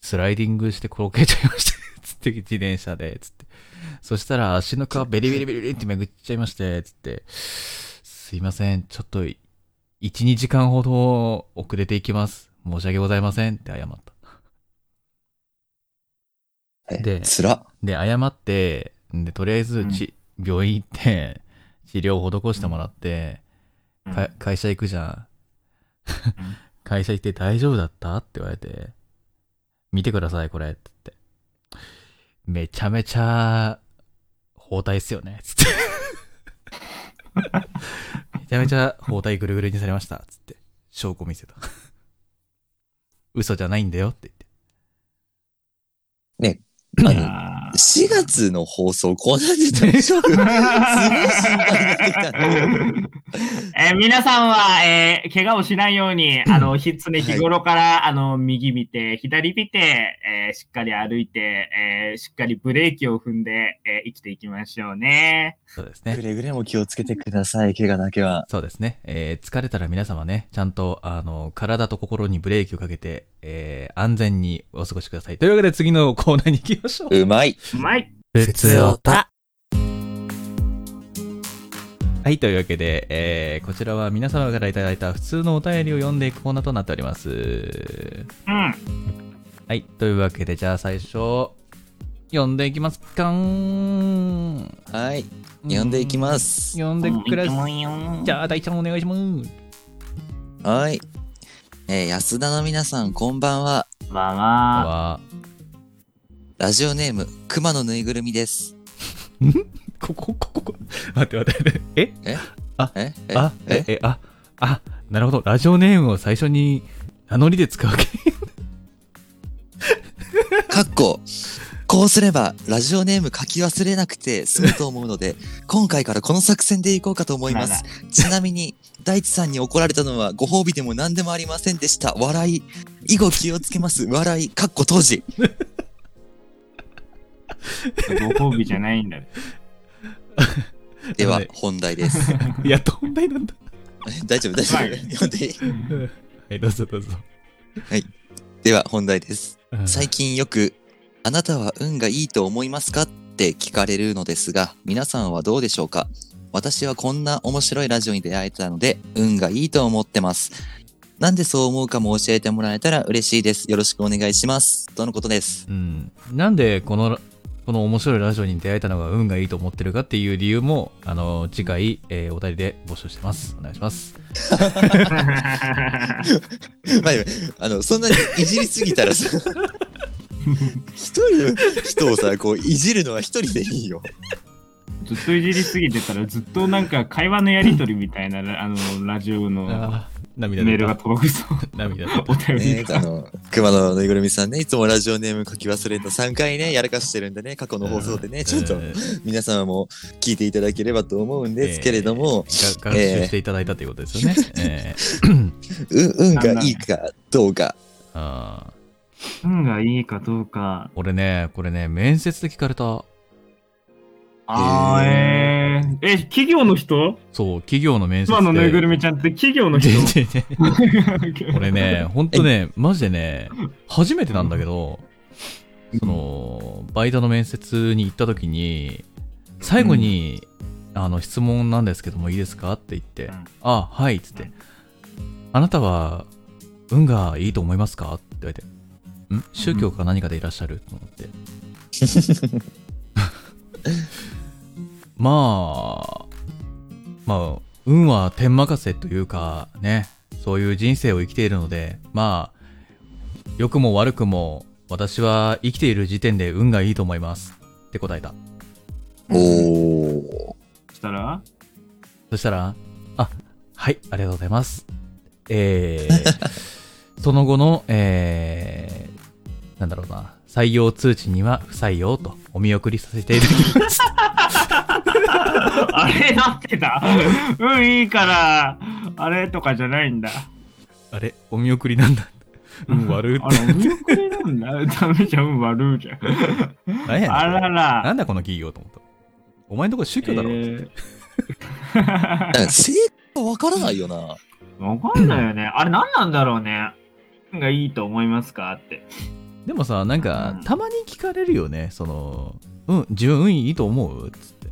Speaker 1: スライディングして転げちゃいました。つって、自転車で、つって。そしたら足の皮ベリベリベリベリってめぐっちゃいまして、つって。すいません、ちょっと、1、2時間ほど遅れていきます。申し訳ございませんって謝った。
Speaker 2: え
Speaker 1: で
Speaker 2: つら。
Speaker 1: で、謝って、で、とりあえずち、病院行って、治療を施してもらって、か会社行くじゃん。会社行って大丈夫だったって言われて、見てください、これ、って言って。めちゃめちゃ、包帯っすよね、つって。めちゃめちゃ包帯ぐるぐるにされました、つって。証拠見せた。嘘じゃないんだよって言って。
Speaker 2: あの、
Speaker 4: あー
Speaker 2: 4月の放送、こんなに大丈夫すごい心配になってきたね。
Speaker 4: えー皆さんは、えー怪我をしないように、あの、ひ常日頃から、あの、右見て、左見て、えーしっかり歩いて、えーしっかりブレーキを踏んで、えー生きていきましょうね。
Speaker 1: そうです
Speaker 2: く
Speaker 1: ね。
Speaker 2: れぐれも気をつけてください、怪我だけは。
Speaker 1: そうですね。えー疲れたら皆様ね、ちゃんと、あの、体と心にブレーキをかけて、えー安全にお過ごしください。というわけで次のコーナーに行きま しょう。
Speaker 2: うまい。
Speaker 4: うまい。
Speaker 5: 普通おた。
Speaker 1: はい、というわけで、えーこちらは皆様からいただいた普通のお便りを読んでいくコーナーとなっております。
Speaker 4: うん。
Speaker 1: はい、というわけで、じゃあ最初、読んでいきますかん。。
Speaker 2: はい。読んでいきますす。
Speaker 1: 読んでください。じ
Speaker 4: じ
Speaker 1: ゃあ、大ちゃんお願いします。
Speaker 2: はい。えー安田の皆さん、こんばんは。
Speaker 4: まあまあ。
Speaker 1: は、
Speaker 2: ラジオネーム、熊のぬいぐるみです。
Speaker 1: ここ、ここ、ここ待って待って待って。え
Speaker 2: ええ
Speaker 1: あ、え
Speaker 2: え、
Speaker 1: え、あ、あ、なるほど。ラジオネームを最初に名乗りで使うわけ。
Speaker 2: かっこ。こうすれば、ラジオネーム書き忘れなくて済むと思うので、今回からこの作戦でいこうかと思います。ちなみに、大地さんに怒られたのはご褒美でも何でもありませんでした。笑い。以後気をつけます。笑い。かっこ当時。
Speaker 4: ご褒美じゃない んだ。
Speaker 2: では
Speaker 1: はい、
Speaker 2: 本題です。
Speaker 1: いや、本題なんだ。
Speaker 2: 大丈夫、大丈
Speaker 4: はい
Speaker 2: 夫。読んでいい
Speaker 1: はい、どうぞどうぞ。
Speaker 2: では、本題です。
Speaker 1: うん
Speaker 2: 最近よく、あなたは運がいいと思いますかって聞かれるのですが、皆さんはどうでしょうか私はこんな面白いラジオに出会えたので、運がいいと思ってます。なんでそう思うかも教えてもらえたら嬉しいです。よろしくお願いします。とのこ とです。
Speaker 1: うん。なんで、この、この面白いラジオに出会えたのが運がいいと思ってるかっていう理由も、あの、次回、えーお便りで募集してます。お願いします。
Speaker 2: まあ、あの、そんなにいじりすぎた らさ、一人の人をさ、こう、いじるのは一人でいい よ。
Speaker 4: ずっといじりすぎてたら、ずっとなんか会話のやりとりみたいな、あの、ラジオの
Speaker 1: あー涙
Speaker 4: メー
Speaker 1: 出
Speaker 4: ルが
Speaker 1: た。
Speaker 4: 届く そう。
Speaker 1: 涙 出た。
Speaker 4: お便り
Speaker 2: ね
Speaker 4: が。
Speaker 2: あの、熊野ぬいぐるみさんね、いつもラジオネーム書き忘れた3回ね、やらかしてるんでね、過去の放送でね、ちょっと
Speaker 1: うんえー
Speaker 2: 皆様も聞いていただければと思うんですけれども、
Speaker 1: が学習していただいたということですよね。えー
Speaker 2: う運がいいかどうか。
Speaker 1: あー
Speaker 4: 運がいいかどうか。
Speaker 1: 俺ね、これね、面接で聞かれた。
Speaker 4: あー、えー、え、企業の人
Speaker 1: そう、企業の面接で。
Speaker 4: 妻のぬいぐるみちゃんって企業の人
Speaker 1: ででで 俺ね、ほんとね、マジでね、初めてなんだけど、その、バイトの面接に行った時に、最後に、あの、質問なんですけどもいいですかって言って、
Speaker 4: うん
Speaker 1: あ、はい、っつって、あなたは、運がいいと思いますかって言われて、ん宗教か何かでいらっしゃると思って。まあ、まあ、運は天任せというか、ね、そういう人生を生きているので、まあ、良くも悪くも、私は生きている時点で運がいいと思います。って答えた。
Speaker 2: おー。
Speaker 4: そしたら、
Speaker 1: そしたら、あ、はい、ありがとうございます。え ー、その後の、えー、なんだろうな、採用通知には不採用とお見送りさせていただきます。
Speaker 4: あれなってたうん、いいから、あれとかじゃないんだ。
Speaker 1: あれ、お見送りなん だ。うん、悪っ
Speaker 4: あれ、お見送りなんだ。ダメじゃん、うん、悪いじゃん。
Speaker 1: 何やねんこ
Speaker 4: あ
Speaker 1: れ
Speaker 4: らら。
Speaker 1: なんだこの企業と思った。お前んとこ宗教だろ、
Speaker 4: え
Speaker 1: う
Speaker 4: ー
Speaker 2: なんか正解がわからないよな。
Speaker 4: わかんないよね。あれ何なんだろうね。何がいいと思いますかって。
Speaker 1: でもさ、なんか、たまに聞かれるよね。その、うん、自分運いいと思うつって。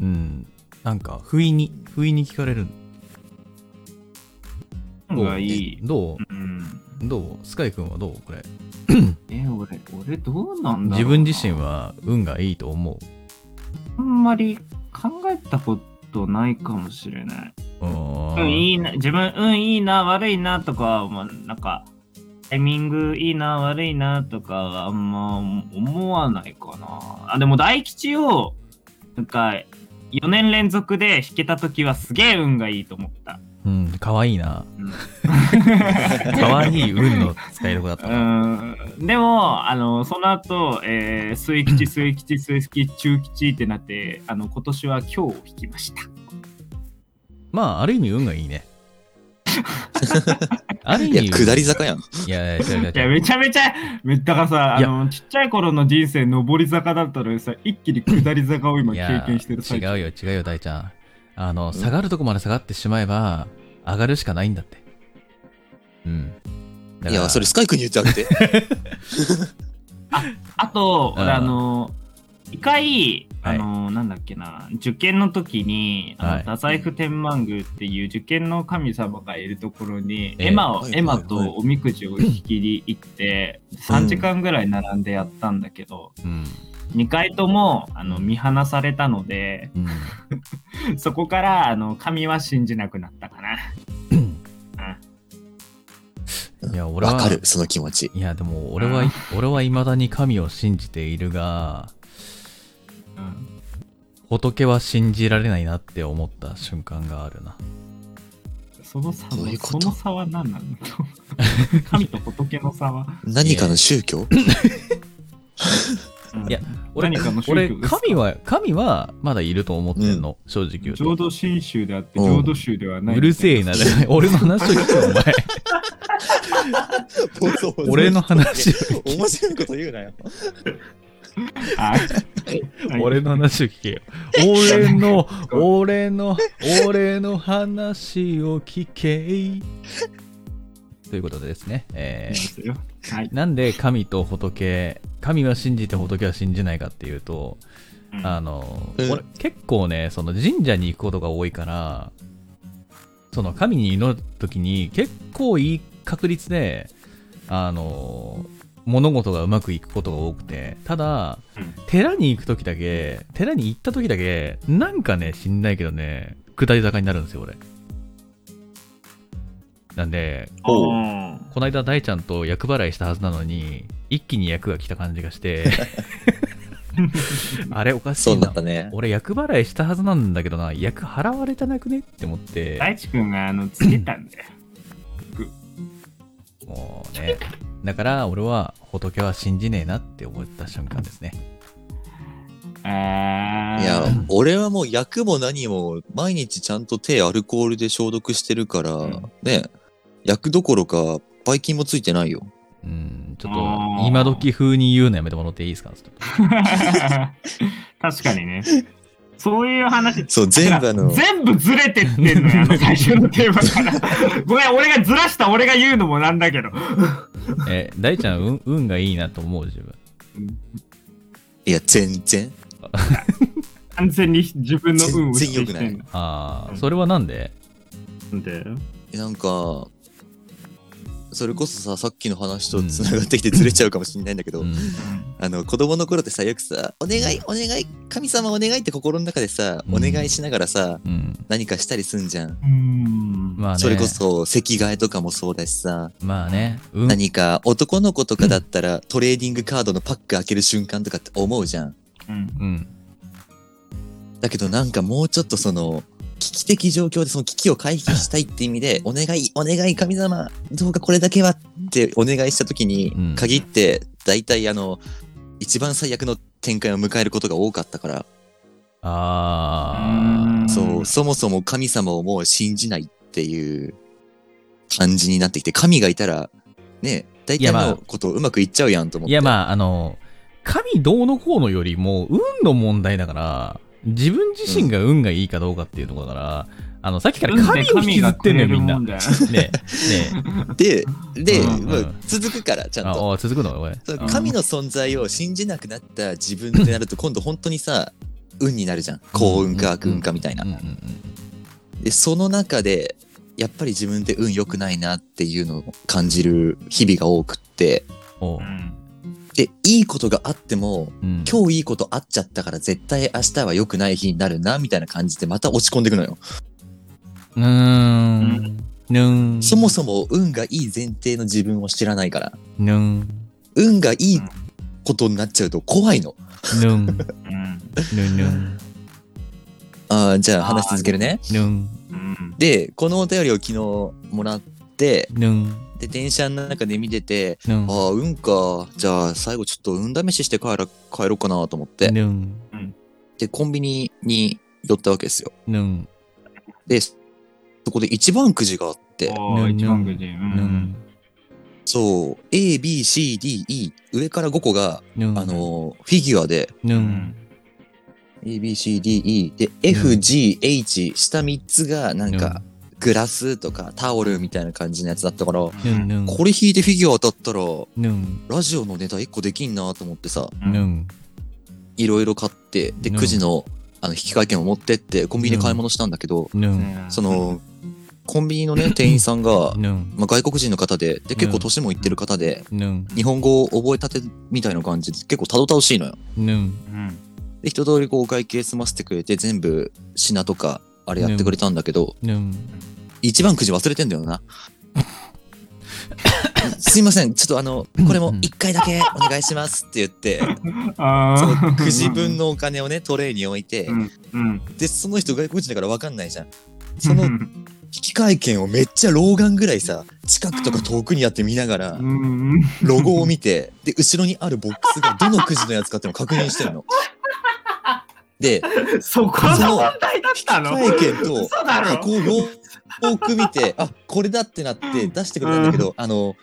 Speaker 4: うん。
Speaker 1: うん。なんか、不意に、不意に聞かれる。
Speaker 4: 何がいい。
Speaker 1: ど
Speaker 4: うん。
Speaker 1: うどうスカイ君はどうこれ。
Speaker 4: え、俺、俺どうなんだろうな
Speaker 1: 自分自身。は運がいいと思
Speaker 4: あんまり考えたことないかもしれない。
Speaker 1: う。うー
Speaker 4: うん、
Speaker 1: ん。
Speaker 4: いいな。自分、うん、いいな、悪いなとか、まあ、なんか、タイミングいいな、悪いなとかは、あんま思わないかな。あ、でも大吉を、なんか、4年連続で弾けたときはすげえ運がいいと思った。
Speaker 1: うん、かわいいな。
Speaker 4: うん
Speaker 1: かわいい運の使いどころだった
Speaker 4: う
Speaker 1: な。
Speaker 4: んでも、あの、その後、えー、末吉、末吉、末吉、中吉ってなって、あの、今年は今日を引きました。
Speaker 1: まあ、ある意味運がい いね。ある意
Speaker 2: い
Speaker 1: 味
Speaker 2: や、下り坂やん。
Speaker 1: いや、いや違う違う
Speaker 4: いや、
Speaker 1: 違う。
Speaker 4: めちゃめちゃ、めだからさ、あ
Speaker 1: いや
Speaker 4: の、ちっちゃい頃の人生、上り坂だったのにさ、一気に下り坂を今
Speaker 1: い
Speaker 4: 経
Speaker 1: や
Speaker 4: 験してる最中。
Speaker 1: 違うよ、違うよ、大ちゃん。あの、下がるとこまで下がってしまえば、上がるしかないんだって。うん。だ
Speaker 2: い
Speaker 1: から
Speaker 2: や、それスカイ君に言ってあげて。
Speaker 4: あと、
Speaker 1: うん
Speaker 4: 俺、あの、一回、
Speaker 1: は
Speaker 4: あ
Speaker 1: い
Speaker 4: の、なんだっけな、受験の時に、あの
Speaker 1: はい
Speaker 4: 太宰府天満宮っていう受験の神様がいるところに、
Speaker 1: ええ
Speaker 4: エマを
Speaker 2: は、い
Speaker 4: エマ
Speaker 2: はいは
Speaker 4: と
Speaker 2: い
Speaker 4: おみくじを引きに行って、3時間ぐらい並んでやったんだけど、
Speaker 1: うん。
Speaker 4: 2回とも、あの、見放されたので、
Speaker 1: うん。
Speaker 4: そこから、あの、神は信じなくなったかな。
Speaker 1: いや、俺は、
Speaker 2: わかる、その気持ち。
Speaker 1: いや、でも俺は、俺はいまだに神を信じているが、
Speaker 4: うん
Speaker 1: 仏は信じられないなって思った瞬間があるな。
Speaker 4: その差は
Speaker 2: どういうこ
Speaker 4: そ
Speaker 2: と
Speaker 4: の差は何 なの神と仏の差は。
Speaker 2: 何かの宗教
Speaker 4: うん
Speaker 1: いや、俺
Speaker 4: 何かの宗
Speaker 1: 俺、
Speaker 4: 教ですか
Speaker 1: 神は、神はまだいると思ってんの、正直言うと。
Speaker 4: 浄土真宗であって、
Speaker 2: うん
Speaker 4: 浄土宗ではない。
Speaker 1: うるせえな、 俺の話を聞けよ、お前。俺の話を聞け
Speaker 2: 面白いこと言うな よ。
Speaker 4: はい。
Speaker 1: 俺の話を聞けよ。俺の、俺の、俺の話を聞けい。ということでですね、えー
Speaker 4: ですよはい。
Speaker 1: なんで神と仏、神は信じて仏は信じないかっていうと、
Speaker 4: うん
Speaker 1: あの、
Speaker 2: うん
Speaker 1: 俺結構ね、その神社に行くことが多いから、その神に祈るときに結構いい確率で、あの、物事がうまくいくことが多くて、ただ、
Speaker 4: うん
Speaker 1: 寺に行くときだけ、寺に行ったときだけ、なんかね、しんないけどね、下り坂になるんですよ、俺。なんで、
Speaker 2: おう
Speaker 4: うん
Speaker 1: この間大ちゃんと厄払いしたはずなのに一気に役が来た感じがして あれおかし
Speaker 2: そ
Speaker 1: いう
Speaker 2: な
Speaker 1: な
Speaker 2: ったね。
Speaker 1: 俺厄払いしたはずなんだけどな役払われてなくねって思って
Speaker 4: 大地君があのつけたんだよ。
Speaker 1: もうねだから俺は仏は信じねえなって思った瞬間ですね
Speaker 4: あー
Speaker 2: いや、俺はもう役も何も毎日ちゃんと手アルコールで消毒してるから、
Speaker 4: ん
Speaker 2: ね、役どころか、ばい菌もついてないよ。
Speaker 1: うんちょっと
Speaker 4: あー
Speaker 1: 今時風に言うのやめてもらっていいですかちょっと
Speaker 4: 確かにね。そういう話
Speaker 2: そう、全部あ の、
Speaker 4: 全部ずれてってんのよ、あ の最初のテーマから。ごめん、俺がずらした俺が言うのもなんだけど。
Speaker 1: え大ちゃん運運がいいなと思う自分
Speaker 2: いや、全然。
Speaker 4: 完全に自分の運を
Speaker 2: 全然良くない
Speaker 4: 否定してんの
Speaker 1: あ
Speaker 4: う
Speaker 1: あ
Speaker 4: ん
Speaker 1: それはなんで
Speaker 4: なんで
Speaker 2: なんか、それこそさ、さっきの話とつながってきてずれちゃうかもしれないんだけど、
Speaker 1: うん
Speaker 2: あの、子供の頃ってさ、よくさ、お願い、お願い、神様お願いって心の中でさ、
Speaker 1: うん
Speaker 2: お願いしながらさ、
Speaker 1: うん
Speaker 2: 何かしたりすんじゃん。
Speaker 4: うーん。
Speaker 1: まあね
Speaker 2: それこそ、席替えとかもそうだしさ、
Speaker 1: まあね運
Speaker 2: 何か男の子とかだったら、トレーディングカードのパック開ける瞬間とかって思うじゃん。
Speaker 4: うん
Speaker 1: うん
Speaker 2: だけどなんかもうちょっとその、危機的状況でその危機を回避したいって意味で、お願い、お願い神様、どうかこれだけはってお願いした時
Speaker 1: うん
Speaker 2: に、限って、大体あの、一番最悪の展開を迎えることが多かったから、
Speaker 1: あ
Speaker 4: ん
Speaker 2: そう、そもそも神様をもう信じないっていう感じになってきて、神がいたら、ね、大
Speaker 1: いや
Speaker 2: 体
Speaker 1: まあ
Speaker 2: のことうまくいっちゃうやんと思
Speaker 1: ー。い
Speaker 2: って。
Speaker 1: や、まあ、あの、神どうのこうのよりも、運の問題だから、自分自身が運がいいかどうかっていうところだから、あの、さっきから神を引きずってんのよ、みんな。ねえ、ね
Speaker 2: で、で、
Speaker 1: うん
Speaker 2: まあ
Speaker 1: うん
Speaker 2: 続くから、ち
Speaker 1: え。
Speaker 2: ゃん
Speaker 1: あ、
Speaker 2: と。
Speaker 1: おい続くのおい。
Speaker 2: そう
Speaker 4: うん
Speaker 2: 神の存在を信じなくなった自分って なると、今度本当にさ、運になるじゃん。幸運か悪運かみたいな
Speaker 1: うん。うんうん
Speaker 2: で、その中で、やっぱり自分って運良くないなっていうのを感じる日々が多くって、
Speaker 1: おう
Speaker 2: で、いいことがあっても、
Speaker 1: うん
Speaker 2: 今日いいことあっちゃったから絶対明日は良くない日になるなみたいな感じでまた落ち込んでいくのよ。
Speaker 1: うーん。ぬーん。
Speaker 2: そもそも運がいい前提の自分を知らないから
Speaker 1: ぬーん。
Speaker 2: 運がいいことになっちゃうと怖いの。
Speaker 1: ぬーん。ぬんぬん。
Speaker 2: あーじゃあ話し続けるね。
Speaker 1: ぬん。
Speaker 2: でこのお便りを昨日もらって
Speaker 1: ぬん。
Speaker 2: で電車の中で見てて
Speaker 1: ぬん
Speaker 2: あ。あ運かじゃあ最後ちょっと運試しして帰ら帰ろうかなと思って
Speaker 1: ぬん。
Speaker 2: でコンビニに寄ったわけですよ。
Speaker 1: ぬん。
Speaker 2: でそこで一番くじがあって。
Speaker 1: ぬん。
Speaker 2: そう、A、B、C、D、E、上から5個が、
Speaker 1: ぬん。
Speaker 2: あ、のー、フィギュアで、
Speaker 1: ぬん。
Speaker 2: A、B、C、D、E、で、F、G、H、下3つが、なんか、グラスとかタオルみたいな感じのやつだったから、こ
Speaker 1: ぬん。ぬん。
Speaker 2: れ引いてフィギュア当たったら、
Speaker 1: ぬん。
Speaker 2: ラジオのネタ1個できんなと思ってさ、
Speaker 1: ぬん。
Speaker 2: いろいろ買って、で、
Speaker 1: うん
Speaker 2: 9時の、あの、引換券を持ってって、コンビニで買い物したんだけど、
Speaker 1: ぬん。
Speaker 2: その、コンビニのね、店員さんが、
Speaker 1: ぬん。
Speaker 2: まあ、外国人の方で、で、結構年もいってる方で、
Speaker 1: ぬん。
Speaker 2: 日本語を覚えたてみたいな感じで結構たどたどしいのよ。
Speaker 1: ぬん。
Speaker 2: で、一通りこうお会計済ませてくれて全部品とかあれやってくれたんだけど、
Speaker 1: ぬん。
Speaker 2: 一番くじ忘れてんだよな。すいません、ちょっとあの、これも一回だけお願いしますって言って、そのくじ分のお金をね、トレイに置いて、で、その人外国人だからわかんないじゃん。その引き換券をめっちゃ老眼ぐらいさ、近くとか遠くにやって見ながら、ロゴを見て、で、後ろにあるボックスがどのくじのやつかっていうのを確認してるの。で、
Speaker 4: そこの問題だったの
Speaker 2: 会計と
Speaker 4: 嘘だろ
Speaker 2: 箱をよーく見て、あ、これだってなって出してくれたんだけど、あの、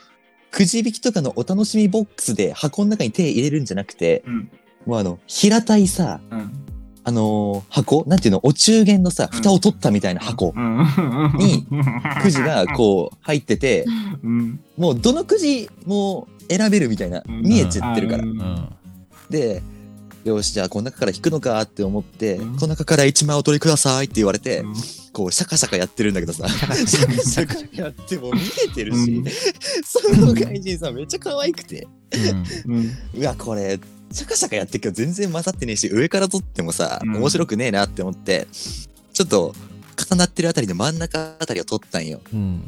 Speaker 2: くじ引きとかのお楽しみボックスで箱の中に手入れるんじゃなくて、
Speaker 4: うん
Speaker 2: もうあの、平たいさ、
Speaker 4: うん
Speaker 2: あのー箱なんていうの、お中元のさ、
Speaker 4: うん
Speaker 2: 蓋を取ったみたいな箱、にくじがこう入ってて、
Speaker 4: うん
Speaker 2: もうどのくじも選べるみたいな、見えちゃってるから
Speaker 4: う。ん
Speaker 1: うん。
Speaker 2: で、よし、じゃあこの中から引くのかって思って、
Speaker 4: うん
Speaker 2: この中から1枚お取りくださいって言われて、
Speaker 4: うん
Speaker 2: こうシャカシャカやってるんだけ どさ、シ
Speaker 1: ャカ
Speaker 2: ャカシャカやっても見えてる
Speaker 4: う
Speaker 2: し
Speaker 4: ん、
Speaker 2: その外人さんめっちゃ可愛くて、
Speaker 4: うん
Speaker 2: うわ、これ、シャカシャカやってるけど全然混ざってねえし、上から撮ってもさ、
Speaker 4: うん
Speaker 2: 面白くねえなって思って、ちょっと重なってるあたりの真ん中あたりを撮ったんよ。
Speaker 1: うん。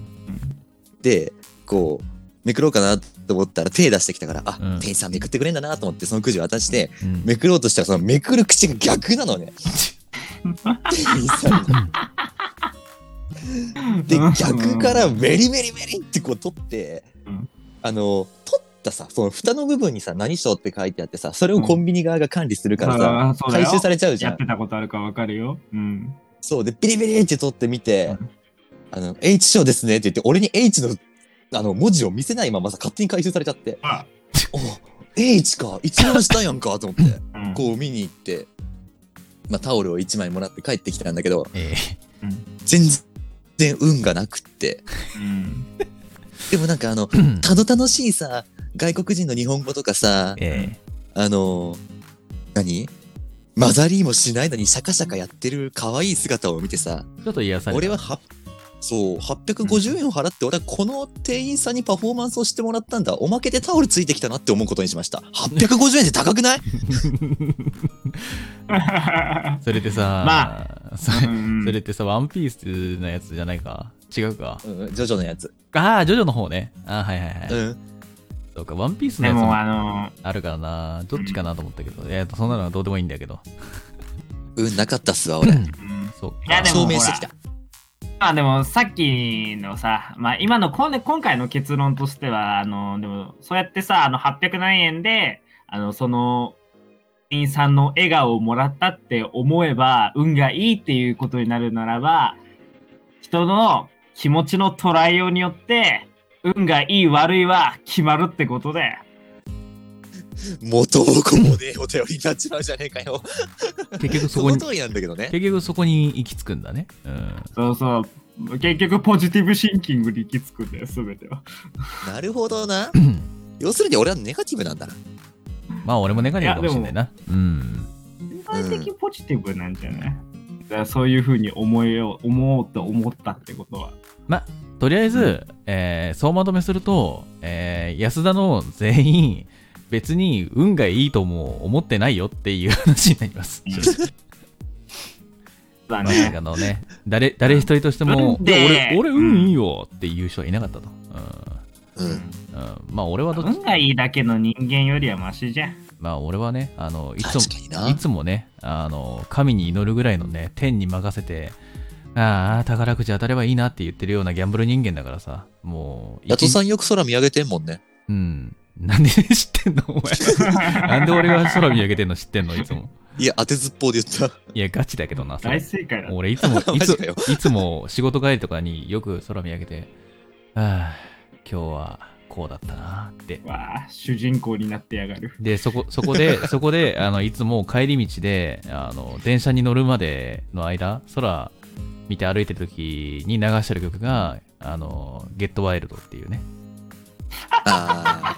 Speaker 2: で、こう、めくろうかなと思ったら手出してきたから、あ、
Speaker 1: うん
Speaker 2: 店員さんめくってくれんだなと思ってそのくじを渡して、
Speaker 1: うん。
Speaker 2: めくろうとしたらそのめくる口が逆なのね。店員さんので
Speaker 4: うん
Speaker 2: 逆からメリメリメリってこう取って、
Speaker 4: うん
Speaker 2: あの取ったさその蓋の部分にさ何賞って書いてあってさそれをコンビニ側が管理するからさ、
Speaker 4: あーそうだよ
Speaker 2: 回収されちゃうじゃ
Speaker 4: や
Speaker 2: ん
Speaker 4: ってたことあるかわかるよ。うん。
Speaker 2: そうでビリビリって取ってみて、
Speaker 4: うん
Speaker 2: あの H 賞ですねって言って俺に H のあの文字を見せないままさ勝手に回収されちゃって
Speaker 4: あ
Speaker 2: お H か一番下やんかと思って
Speaker 4: うん
Speaker 2: こう見に行って、まあ、タオルを1枚もらって帰ってきたんだけど
Speaker 1: ええ。
Speaker 2: 全然運がなくって
Speaker 4: うん
Speaker 2: でもなんかあの
Speaker 1: うん
Speaker 2: たどたどしいさ、外国人の日本語とかさ、
Speaker 1: え
Speaker 2: あのー、何混ざりもしないのにシャカシャカやってる可愛い姿を見てさ、
Speaker 1: え。ちょっと癒された。
Speaker 2: 俺はは、そう、850円を払って、俺はこの店員さんにパフォーマンスをしてもらったんだ。おまけでタオルついてきたなって思うことにしました。850円って高くない
Speaker 1: それでさ、
Speaker 4: ま
Speaker 1: それ
Speaker 4: うん
Speaker 1: それってさ、ワンピースのやつじゃないか違うか。
Speaker 2: うん、ジョジョのやつ。
Speaker 1: ああ、ジョジョの方ね。ああ、はいはいはい。
Speaker 2: うん。
Speaker 1: そうか、ワンピースの
Speaker 4: で
Speaker 1: やつ
Speaker 4: も
Speaker 1: も
Speaker 4: あの
Speaker 1: あるからな。どっちかなと思ったけど。えっと、そんなのはどうでもいいんだけど。
Speaker 2: うん、なかったっ すわ、俺。
Speaker 4: うん
Speaker 1: そうか
Speaker 4: いやでも
Speaker 2: 証明してきた。
Speaker 4: まあでもさっきのさ、まあ、今のこんで今回の結論としてはあのでもそうやってさあの800何円であのその店員さんの笑顔をもらったって思えば運がいいっていうことになるならば人の気持ちの捉えようによって運がいい悪いは決まるってことで
Speaker 2: 元も子もねえお便りになっちまうじゃねえかよ。
Speaker 1: 結局そ
Speaker 2: そ
Speaker 1: こ
Speaker 2: の
Speaker 1: に
Speaker 2: 通りなんだけどね。
Speaker 1: 結局そこに行き着くんだねうん
Speaker 4: そうそう結局ポジティブシンキングに行き着くんだよ全ては
Speaker 2: なるほどな。要するに俺はネガティブなんだな。
Speaker 1: まあ俺もネガティブかもしれないなうん
Speaker 4: 全体的ポジティブなんじゃない、だからそういうふうに思えよう思おうと思ったってことは。
Speaker 1: とりあえず、えー総まとめすると、えー安田の全員別に運がいいとも思ってないよっていう話になります。
Speaker 4: だ
Speaker 1: まあ、
Speaker 4: ね
Speaker 1: あ。のね、誰誰一人としても、
Speaker 4: うん
Speaker 1: いや俺、
Speaker 4: で
Speaker 1: 俺運いいよっていう人はいなかったと。
Speaker 2: うん。
Speaker 1: うん。うん、まあ、俺はどっち、
Speaker 4: 運がいいだけの人間よりはマシじゃん。
Speaker 1: まあ、俺はね、あの、いつも。
Speaker 2: 確、かにない
Speaker 1: つもね、あの、神に祈るぐらいのね、天に任せて、ああ、宝くじ当たればいいなって言ってるようなギャンブル人間だからさ、もう、
Speaker 2: ヤトさ
Speaker 1: ん、
Speaker 2: んよく空見上げてんもんね。
Speaker 1: うん。なんで知ってんのお前。なんで俺が空見上げてんの知ってんのいつも。
Speaker 2: いや、当てずっぽうで言った。
Speaker 1: いや、ガチだけどな、それ
Speaker 4: 大。正解だ。
Speaker 1: 俺いつ もい
Speaker 2: マ
Speaker 1: つ
Speaker 2: ジかよ
Speaker 1: いつも仕事帰りとかによく空見上げて、ああ、今日はこうだったなって。
Speaker 4: わあ、主人公になってやがる。
Speaker 1: で、そこ、そこ で、そこで、あの、いつも帰り道で、あの、電車に乗るまでの間、空見て歩いてる時に流してる曲が、あの、ゲットワイルドっていうね。
Speaker 2: ああ。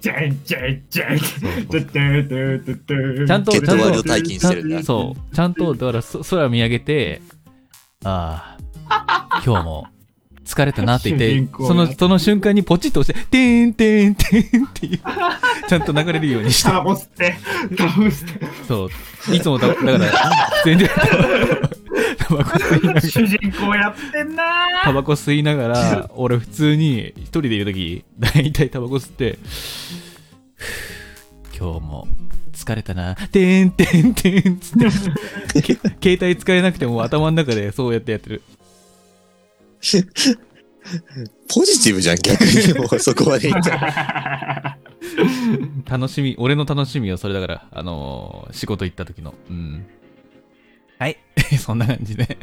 Speaker 4: じゃんじゃんじゃん。
Speaker 1: そうそう
Speaker 4: ち
Speaker 1: ちゃ
Speaker 4: ゃ
Speaker 1: んと
Speaker 2: ゲットワイルド体験してるんだ。
Speaker 1: そう。ちゃんと、だから、そ空見上げて、ああ、今日も疲れたなって言
Speaker 4: 主人
Speaker 1: って、
Speaker 4: 公
Speaker 1: その、その瞬間にポチッと押して、てーんてーんてーんっていう、ちゃんと流れるように して、
Speaker 4: タボスって、タボスって、
Speaker 1: そう。いつもだ、だから、全然、 タバコ吸いながら、
Speaker 4: 主人公やってんな
Speaker 1: タバコ吸いなが ら、俺普通に一人でいるとき、大体タバコ吸って、ふぅ今日も疲れたな、てんてんてんつ って、け携帯使えなくても頭の中でそうやってやってる。
Speaker 2: ポジティブじゃん、逆に。もうそこまで行ったら。
Speaker 1: 楽しみ、俺の楽しみはそれだから、あのー仕事行った時の。うん。はい。 そんな感じ で。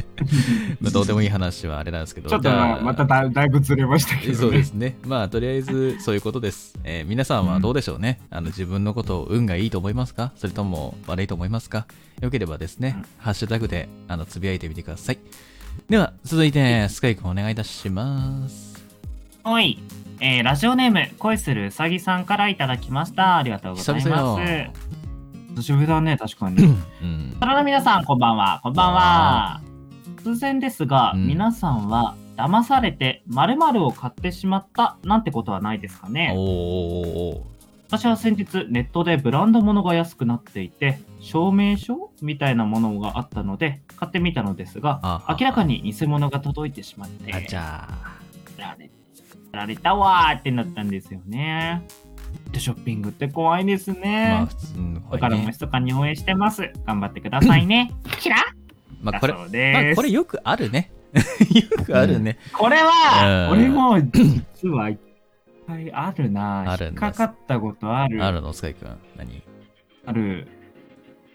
Speaker 1: まあ、どうでもいい話はあれなんですけど。
Speaker 4: ちょっ
Speaker 1: じ
Speaker 4: と
Speaker 1: ゃあ
Speaker 4: まただだいぶずれましたけど、ね。
Speaker 1: そうですね。まあ、とりあえず、そういうことです。えー皆さんはどうでしょうね。あの自分のことを運がいいと思いますかそれとも悪いと思いますかよければですね、ハッシュタグであのつぶやいてみてください。では、続いて、スカイ君お願いいたします。
Speaker 4: おい、えーラジオネーム恋するうさぎさんからいただきましたありがとうございます
Speaker 1: 久々よ
Speaker 4: 久しぶりだね確 か に
Speaker 1: うん。
Speaker 4: それの皆さんこんばんはこんばんは突然ですが、
Speaker 1: うん
Speaker 4: 皆さんは騙されて〇〇を買ってしまったなんてことはないですかね
Speaker 1: おーおーおーお
Speaker 4: 私は先日ネットでブランド物が安くなっていて証明書みたいなものがあったので買ってみたのです
Speaker 1: あ
Speaker 4: が
Speaker 1: あ
Speaker 4: 明らかに偽物が届いてしまって
Speaker 1: ー。あちゃー。
Speaker 4: られられたわーってなったんですよね。でショッピングって怖いです
Speaker 1: まあ
Speaker 4: ね。
Speaker 1: 普通の
Speaker 4: だ
Speaker 1: 声
Speaker 4: からも
Speaker 1: ね
Speaker 4: ひそかに応援してます。頑張ってくださいね。キラ
Speaker 1: まあ
Speaker 4: だ
Speaker 1: これ、ま
Speaker 4: そうで
Speaker 1: あ
Speaker 4: す。
Speaker 1: これよくあるね。 よくあるね。
Speaker 4: これは、
Speaker 1: うん
Speaker 4: 俺も実は一回あるな。
Speaker 1: あるん
Speaker 4: 引っ
Speaker 1: です
Speaker 4: かかったことある。
Speaker 1: あるの、スカイ君。何
Speaker 4: ある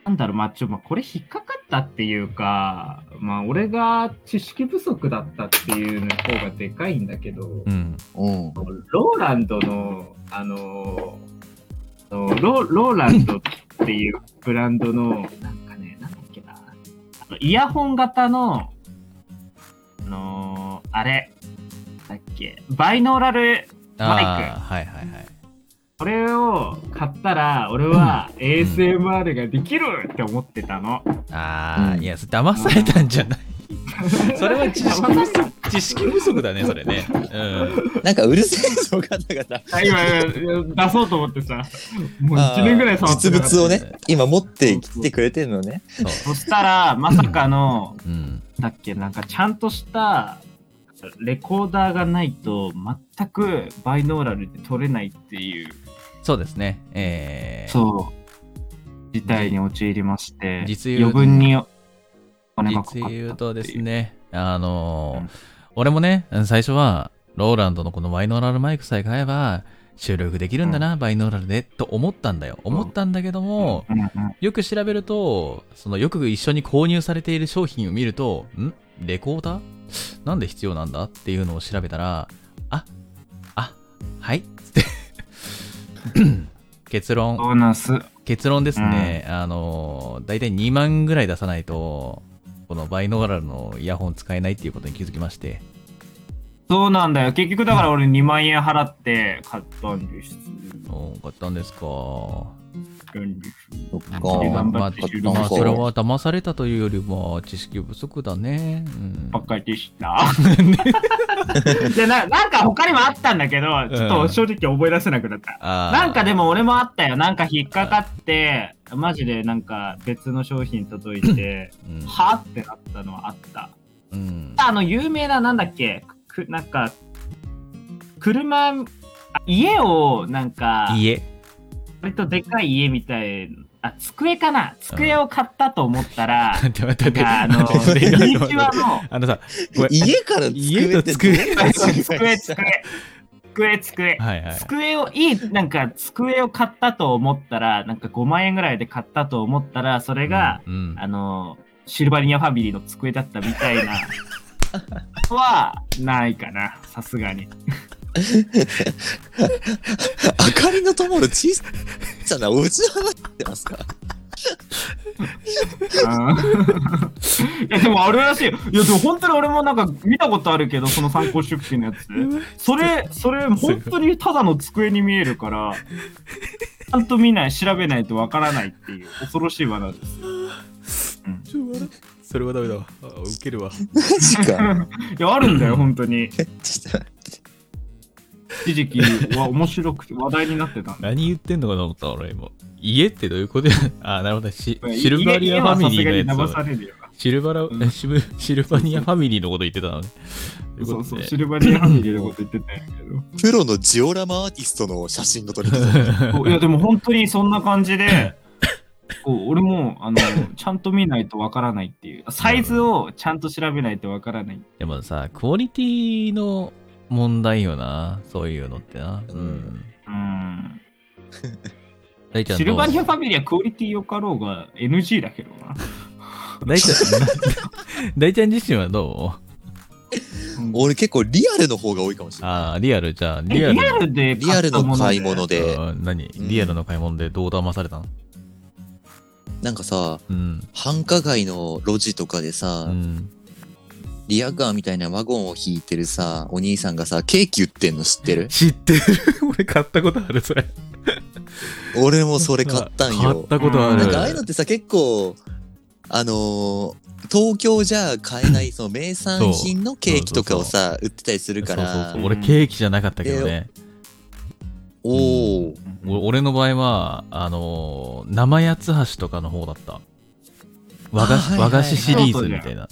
Speaker 4: なんだろう、まあ、ちょ、まあ、これ引っかかったっていうか、まあ、俺が知識不足だったっていうの方がでかいんだけど。
Speaker 1: うん。
Speaker 2: うん。
Speaker 4: ローランドの、あのーあのロローランドっていうブランドの、なんかね、なんだっけな、あのイヤホン型の、あのーあれ、だっけ、バイノーラル、
Speaker 1: ああ、はいはいはい。
Speaker 4: これを買ったら、俺は ASMR ができるって思ってたの。
Speaker 1: ああ、
Speaker 2: うん
Speaker 1: いや、それ騙されたんじゃない。それは知識不
Speaker 4: 足。
Speaker 1: 足、知識不足だね、それね。うん。
Speaker 2: なんかうるせえぞ、ガタガタ。
Speaker 4: 今、今出そうと思ってさ、 もう1年ぐらい触って
Speaker 2: 実
Speaker 4: なかった
Speaker 2: 物をね、今持ってきてくれてるのね。
Speaker 1: そう。
Speaker 4: そしたら、まさかの、
Speaker 1: うん。
Speaker 4: だっけなんかちゃんとしたレコーダーがないと全くバイノーラルで撮れないっていう
Speaker 1: そうですね。えー、
Speaker 4: そう事態に陥りまして
Speaker 1: 実用
Speaker 4: 余分にお金がかか
Speaker 1: 一
Speaker 4: ったっていう
Speaker 1: 言うとですね、あのー
Speaker 4: うん
Speaker 1: 俺もね、最初は、ローランドのこのバイノーラルマイクさえ買えば、収録できるんだな、バイノーラルで、と思ったんだよ。思ったんだけども、
Speaker 4: うんうん
Speaker 1: よく調べると、そのよく一緒に購入されている商品を見ると、んレコーダーなんで必要なんだっていうのを調べたら、あ、あ、はいつって。 結論、
Speaker 4: そうなんす。
Speaker 1: 結論ですね、あの、大体2万ぐらい出さないと、このバイノーラルのイヤホン使えないっていうことに気づきまして。
Speaker 4: そうなんだよ。結局だから俺2万円払って買ったんです。
Speaker 1: おー買ったんですか。
Speaker 2: そっか。
Speaker 4: 頑張っ
Speaker 2: 頑
Speaker 4: て
Speaker 1: まあ、
Speaker 4: 収
Speaker 1: ま
Speaker 4: 録
Speaker 1: あ
Speaker 2: して
Speaker 1: それは騙されたというよりも、知識不足だね。うん
Speaker 4: ばっかりでした。 でななんか他にもあったんだけど、ちょっと正直覚え出せなくなった。
Speaker 1: あー
Speaker 4: なんかでも俺もあったよ。なんか引っかかって、マジでなんか別の商品届い て、
Speaker 1: うん
Speaker 4: はってなったのはあった。
Speaker 1: うん
Speaker 4: あの有名ななんだっけくなんか車あ家をなんか
Speaker 1: 家。
Speaker 4: 割とでかい家みたいあ机かな机を買ったと思ったら、
Speaker 1: 待って待って
Speaker 4: な んか
Speaker 1: 待って
Speaker 4: あの
Speaker 1: 待
Speaker 4: ミ
Speaker 1: って
Speaker 4: ニチュアの
Speaker 1: あのさ、ご
Speaker 2: 張
Speaker 1: め
Speaker 2: っ
Speaker 1: ん
Speaker 2: て家から
Speaker 1: 家
Speaker 2: 机っ
Speaker 1: と
Speaker 2: て
Speaker 1: 机
Speaker 2: どうやって
Speaker 4: 机
Speaker 2: 紹介
Speaker 4: 机
Speaker 2: した
Speaker 4: 机 机
Speaker 1: はいはい。
Speaker 4: 机をいいなんか机を買ったと思ったらなんか5万円ぐらいで買ったと思ったらそれが、
Speaker 1: うん、うん
Speaker 4: あのシルバニアファミリーの机だったみたいなはないかなさすがに
Speaker 2: 明かりの灯る小さなお家の話してますか
Speaker 4: うんいやでもあるらしいよ。いやでも本当に俺もなんか見たことあるけど、その参考出品のやつ。 それ、それ本当にただの机に見えるから、ちゃんと見ない、調べないとわからないっていう恐ろしい罠です。
Speaker 1: それはダメだわ。ウケるわ。
Speaker 2: マジか。
Speaker 4: いや、あるんだ よ、本当に。
Speaker 2: ちょっと待って
Speaker 4: 一時期は面白くて話題になってたんだ。
Speaker 1: 何言ってんのかと思った俺今。家ってどういうことや あ、なるほど。シ シルバニア
Speaker 4: 家
Speaker 1: ファミリ
Speaker 4: 家
Speaker 1: ー
Speaker 4: は
Speaker 1: の
Speaker 4: さ
Speaker 1: やつを
Speaker 4: すがに騙されるよな
Speaker 1: シルバラ、
Speaker 4: う ん
Speaker 1: シブシルバニアファミリーのこと言ってたのね。とい
Speaker 4: そう
Speaker 1: こ
Speaker 4: そ
Speaker 1: と
Speaker 4: う、
Speaker 1: で
Speaker 4: シルバニアファミリーのこと 言ってたんやけど。
Speaker 2: プロのジオラマアーティストの写真の撮り方。
Speaker 4: そういやでも本当にそんな感じ でこう俺もあのちゃんと見ないとわからないっていうサイズをちゃんと調べないとわからない
Speaker 1: でもさ、クオリティの問題よな。そういうのってな。う
Speaker 2: うんん。
Speaker 4: うん
Speaker 1: 大ちゃん
Speaker 4: シル
Speaker 1: どう
Speaker 4: バニアファミリーはクオリティよかろうが NG だけどな
Speaker 1: 大ちゃん、大ちゃん 自身はどう
Speaker 2: 俺結構リアルの方が多いかもしれない。
Speaker 1: ああ、リアルじゃあ、
Speaker 4: リ
Speaker 1: リ
Speaker 4: ア
Speaker 1: ア
Speaker 4: ル
Speaker 1: ル。
Speaker 4: で
Speaker 2: リアルの買い
Speaker 4: 買っ
Speaker 2: 物で、
Speaker 1: うん何リアルの買い物でどう騙されたの
Speaker 2: なんかさ、
Speaker 1: うん。
Speaker 2: 繁華街の路地とかでさ、
Speaker 1: うん
Speaker 2: リアガーみたいなワゴンを引いてるさ、お兄さんがさ、ケーキ売ってんの知ってる
Speaker 1: 知ってる 俺買ったことあるそれ
Speaker 2: 俺もそれ買ったん
Speaker 1: 買っ
Speaker 2: よ。
Speaker 1: たことあ
Speaker 4: た
Speaker 1: る
Speaker 2: なんかああいうのってさ、結構、あのー東京じゃ買えないその名産品のケーキとかをさ、売ってたりする
Speaker 1: そ
Speaker 2: か
Speaker 1: うそう
Speaker 2: ら
Speaker 1: そう、俺ケーキじゃなかったけどね
Speaker 2: おおー、
Speaker 1: お俺の場合はあのー生八つ橋とかの方だった和菓
Speaker 2: あ
Speaker 1: 子
Speaker 2: ー
Speaker 1: 和菓
Speaker 2: はいはいはい
Speaker 1: 子シリーズみたいな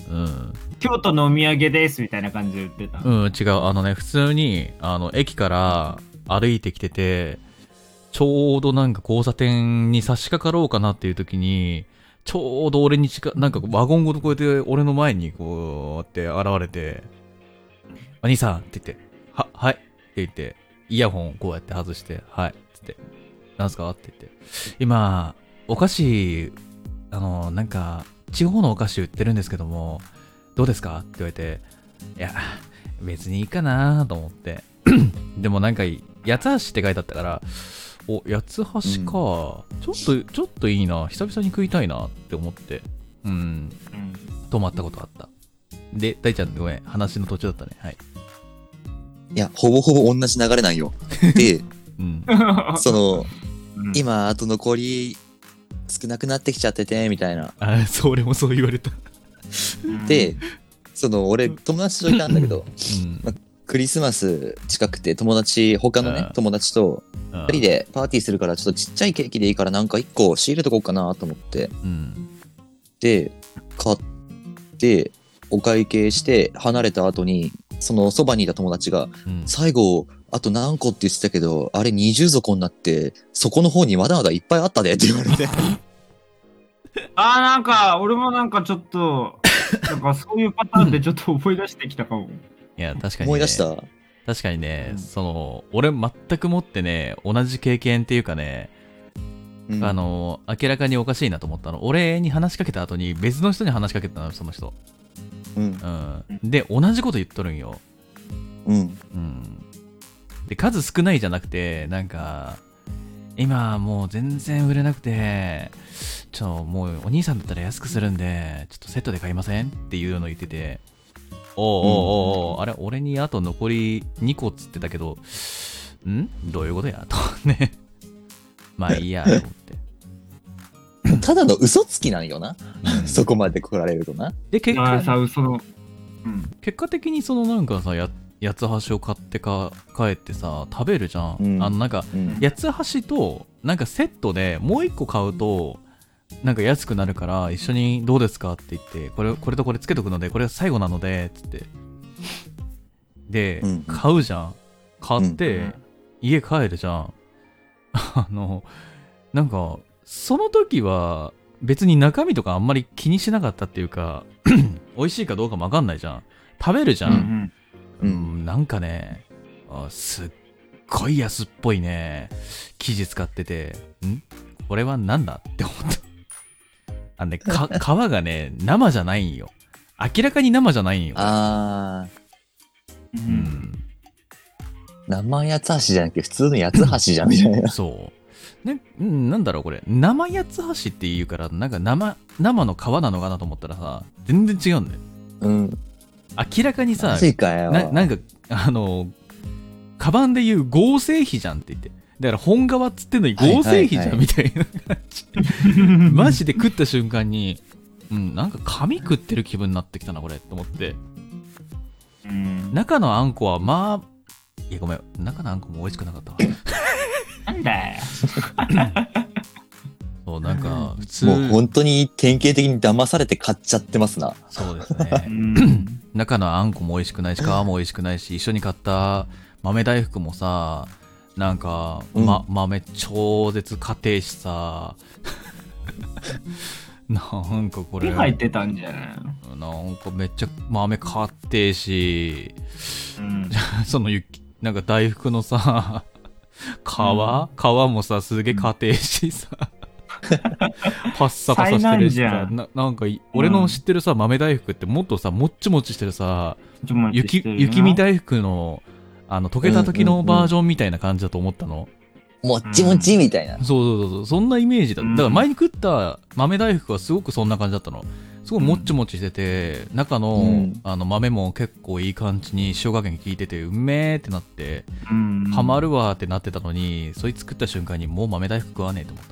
Speaker 4: 京都のお土産ですみたいな感じで売ってた、
Speaker 1: うん、うん、違うあのね普通にあの駅から歩いてきててちょうどなんか交差点に差し掛かろうかなっていう時にちょうど俺に近なんかワゴンごとこうやって俺の前にこうやって現れて「お兄さん」って言って「ははい」って言ってイヤホンをこうやって外して「はい」って言って「なんすか?」って言って「今お菓子あのなんか地方のお菓子売ってるんですけどもどうですか?」って言われて「いや別にいいかな」と思って でもなんか「八つ橋」って書いてあったから「お八つ橋か、ちょっとちょっといいな久々に食いたいな」って思ってうん
Speaker 4: うん
Speaker 1: 泊まったことあったで大ちゃんごめん話の途中だったねはい
Speaker 2: いや、ほぼほぼ同じ流れなんよ。で、
Speaker 1: うん
Speaker 2: その、
Speaker 4: うん
Speaker 2: 今、あと残り少なくなってきちゃってて、みたいな。
Speaker 1: あそれもそう言われた
Speaker 2: で、その、俺、友達といたんだけど、
Speaker 1: うん
Speaker 2: クリスマス近くて友達、他の
Speaker 1: あ
Speaker 2: ね
Speaker 1: あ、
Speaker 2: 友達と
Speaker 1: 2
Speaker 2: 2人でパーティーするから、ちょっとちっちゃいケーキでいいから、なんか1個仕入れとこうかなと思って、
Speaker 1: うん
Speaker 2: で、買って、お会計して離れた後に、そのそばにいた友達が、
Speaker 1: うん
Speaker 2: 最後、あと何個って言ってたけど、あれ20底になって、そこの方にまだまだいっ ぱいあったでって言われて。
Speaker 4: あーなんか俺もなんかちょっとなんかそういうパターンでちょっと思い出してきたかも。
Speaker 1: いや、確かに、ね。
Speaker 2: 思い出した。
Speaker 1: 確かにね、
Speaker 4: うん
Speaker 1: その、俺全くもってね、同じ経験っていうかね、
Speaker 2: うん
Speaker 1: あ、の、明らかにおかしいなと思ったの。俺に話しかけた後に別の人に話しかけたの、その人。
Speaker 2: うん
Speaker 1: う。ん。で、同じこと言っとるんよ。
Speaker 2: うん。
Speaker 1: うん。で、数少ないじゃなくて、なんか、今もう全然売れなくて、ちょ、もうお兄さんだったら安くするんで、ちょっとセットで買いませんっていうの言ってて、おうおうおうおうあれ、俺にあと残り2個っつってたけど、んどういうことやとね。 まあいいや、と思って。
Speaker 2: ただの嘘つきなんよな。
Speaker 1: うん
Speaker 2: そこまで来られるとな。
Speaker 1: で、結
Speaker 4: まあ
Speaker 1: 果
Speaker 4: さ、その、うん。
Speaker 1: 結果的にそのなんかさ、や八つ橋を買ってか帰ってさ、食べるじゃん。
Speaker 2: うん
Speaker 1: あのなんか
Speaker 2: うん。
Speaker 1: 八つ橋となんかセットでもう一個買うとなんか安くなるから一緒にどうですかって言ってこれこれとこれつけとくのでこれが最後なのでつってで、
Speaker 2: うん
Speaker 1: 買うじゃん買って、
Speaker 4: うん
Speaker 1: 家帰るじゃん あのなんかその時は別に中身とかあんまり気にしなかったっていうか 美味しいかどうかも分かんないじゃん食べるじゃ
Speaker 4: うんん
Speaker 1: う
Speaker 2: うん
Speaker 1: ん、なんかね、あすっごい安っぽいね、生地使ってて、んこれはなんだって思った。あ のね、か皮がね、生じゃないんよ。明らかに生じゃないんよ。
Speaker 2: あー、
Speaker 4: う。
Speaker 1: うんん、
Speaker 2: 生八つ橋じゃなくて普通の八つ橋じゃんみたいな。
Speaker 1: そう。ね、うんなんだろうこれ、生八つ橋っていうから、なんか生、生の皮なのかなと思ったらさ、全然 違うんだよ。
Speaker 2: うん。
Speaker 1: 明らかにさ
Speaker 2: マ、ジかよ。
Speaker 1: ななんかあのカバンで言う合成費じゃんって言ってだから本革っつってんのに合成費じゃんみたいな 感じマジで食った瞬間にうんなんか紙食ってる気分になってきたなこれと思って
Speaker 4: うん
Speaker 1: 中のあんこはまあいやごめん中のあんこも美味しくなかったわ
Speaker 4: なんだよ。
Speaker 1: そうなんか普通
Speaker 2: もう本当に典型的に騙されて買っちゃってますな。
Speaker 1: そうですね中のあんこも美味しくないし皮も美味しくないし一緒に買った豆大福もさなんか、ま、豆超絶家庭しさ なんかこれ
Speaker 4: 手
Speaker 1: な
Speaker 4: 入っ
Speaker 1: ん
Speaker 4: てたんじゃない
Speaker 1: かめっちゃ豆買ってえし
Speaker 4: うん。
Speaker 1: その雪なんか大福のさ皮、皮もさすげえ家庭し さパッサパサしてるしさ
Speaker 4: 災難じゃん
Speaker 1: ななんかい俺の知ってるさ豆大福ってもっとさもっちもちしてるさ
Speaker 4: ちょっと待っ
Speaker 1: 雪
Speaker 4: てしてるな
Speaker 1: 雪見大福のあの溶けた時
Speaker 2: うんうん
Speaker 1: の
Speaker 2: うん
Speaker 1: バージョンみたいな感じだと思ったの、
Speaker 2: もっちもちみたいな。
Speaker 1: そうそうそうそうそんなイメージだ
Speaker 4: うん
Speaker 1: だから前に食った豆大福はすごくそんな感じだったのすごいもっちもちしてて中の,、
Speaker 2: うん
Speaker 1: あの豆も結構いい感じに塩加減効いててうめーってなって
Speaker 4: うん。
Speaker 1: ハマるわーってなってたのに、そいつ食った瞬間にもう豆大福食わねえと思っ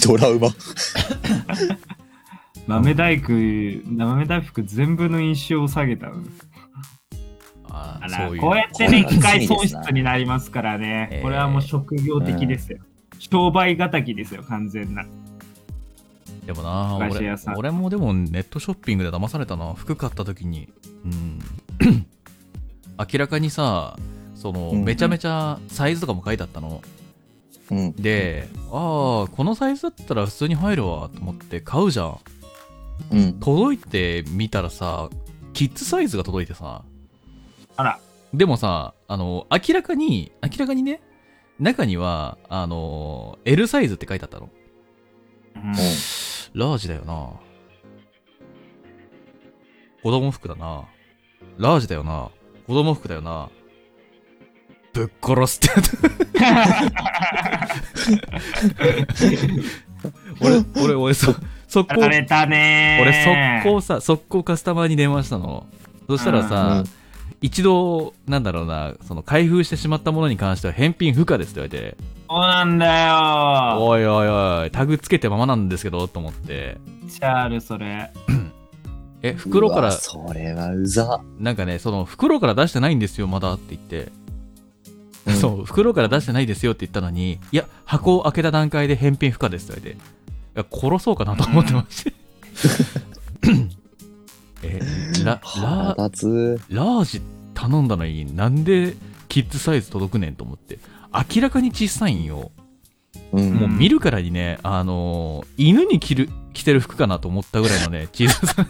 Speaker 1: た
Speaker 2: ドラウマ。
Speaker 4: 豆大福、豆大福全部の印象を下げたの。
Speaker 1: あ
Speaker 4: あ
Speaker 1: あ
Speaker 4: ら
Speaker 1: そうい
Speaker 4: こう
Speaker 1: う
Speaker 4: やってね、
Speaker 2: これは罪で
Speaker 4: 機械
Speaker 2: すな
Speaker 4: 損失になりますからね、
Speaker 1: えー
Speaker 4: これはもう職業的ですよ。商売敵ですよ、完全な。
Speaker 1: でもな
Speaker 4: お菓子
Speaker 1: 俺
Speaker 4: 屋さん
Speaker 1: 俺もでもネットショッピングで騙されたな服買った時にうん 明らかにさその、
Speaker 2: うん
Speaker 1: めちゃめちゃサイズとかも書いてあったの
Speaker 2: うん。
Speaker 1: でああこのサイズだったら普通に入るわと思って買うじゃん
Speaker 2: うん。
Speaker 1: 届いてみたらさキッズサイズが届いてさ
Speaker 4: あら、
Speaker 1: でもさあの明らかに明らかにね中にはあの L サイズって書いてあったの ラージだよな。子供服だな。ラージだよな。子供服だよな。ぶっ殺すって やつ俺、俺、俺、そ、速攻、
Speaker 4: 疲れたねー。
Speaker 1: 俺、速攻さ、速攻カスタマーに電話したの。そしたら
Speaker 2: うんう
Speaker 1: さ
Speaker 2: ん、
Speaker 1: 一度、なんだろうな、その開封してしまったものに関しては返品不可ですって言われて、
Speaker 4: そうなんだよ
Speaker 1: おいおいおい、タグつけてままなんですけど、と思って、
Speaker 4: ー。シャール、それ。
Speaker 1: え、袋か
Speaker 2: うわ
Speaker 1: ら、
Speaker 2: それはうざ。
Speaker 1: なんかね、その袋から出してないんですよ、まだって言って、
Speaker 2: うん
Speaker 1: そう、袋から出してないですよって言ったのに、いや、箱を開けた段階で返品不可ですって言われて、いや、殺そうかなと思ってま して。え、ラ、ラ、
Speaker 2: 腹立
Speaker 1: ラージ頼んだのになんでキッズサイズ届くねんと思って、明らかに小さいんよ。
Speaker 2: つ。うん。
Speaker 1: もう見るからにね、あのー犬に着る、着てる服かなと思ったぐらいのね、小ささ。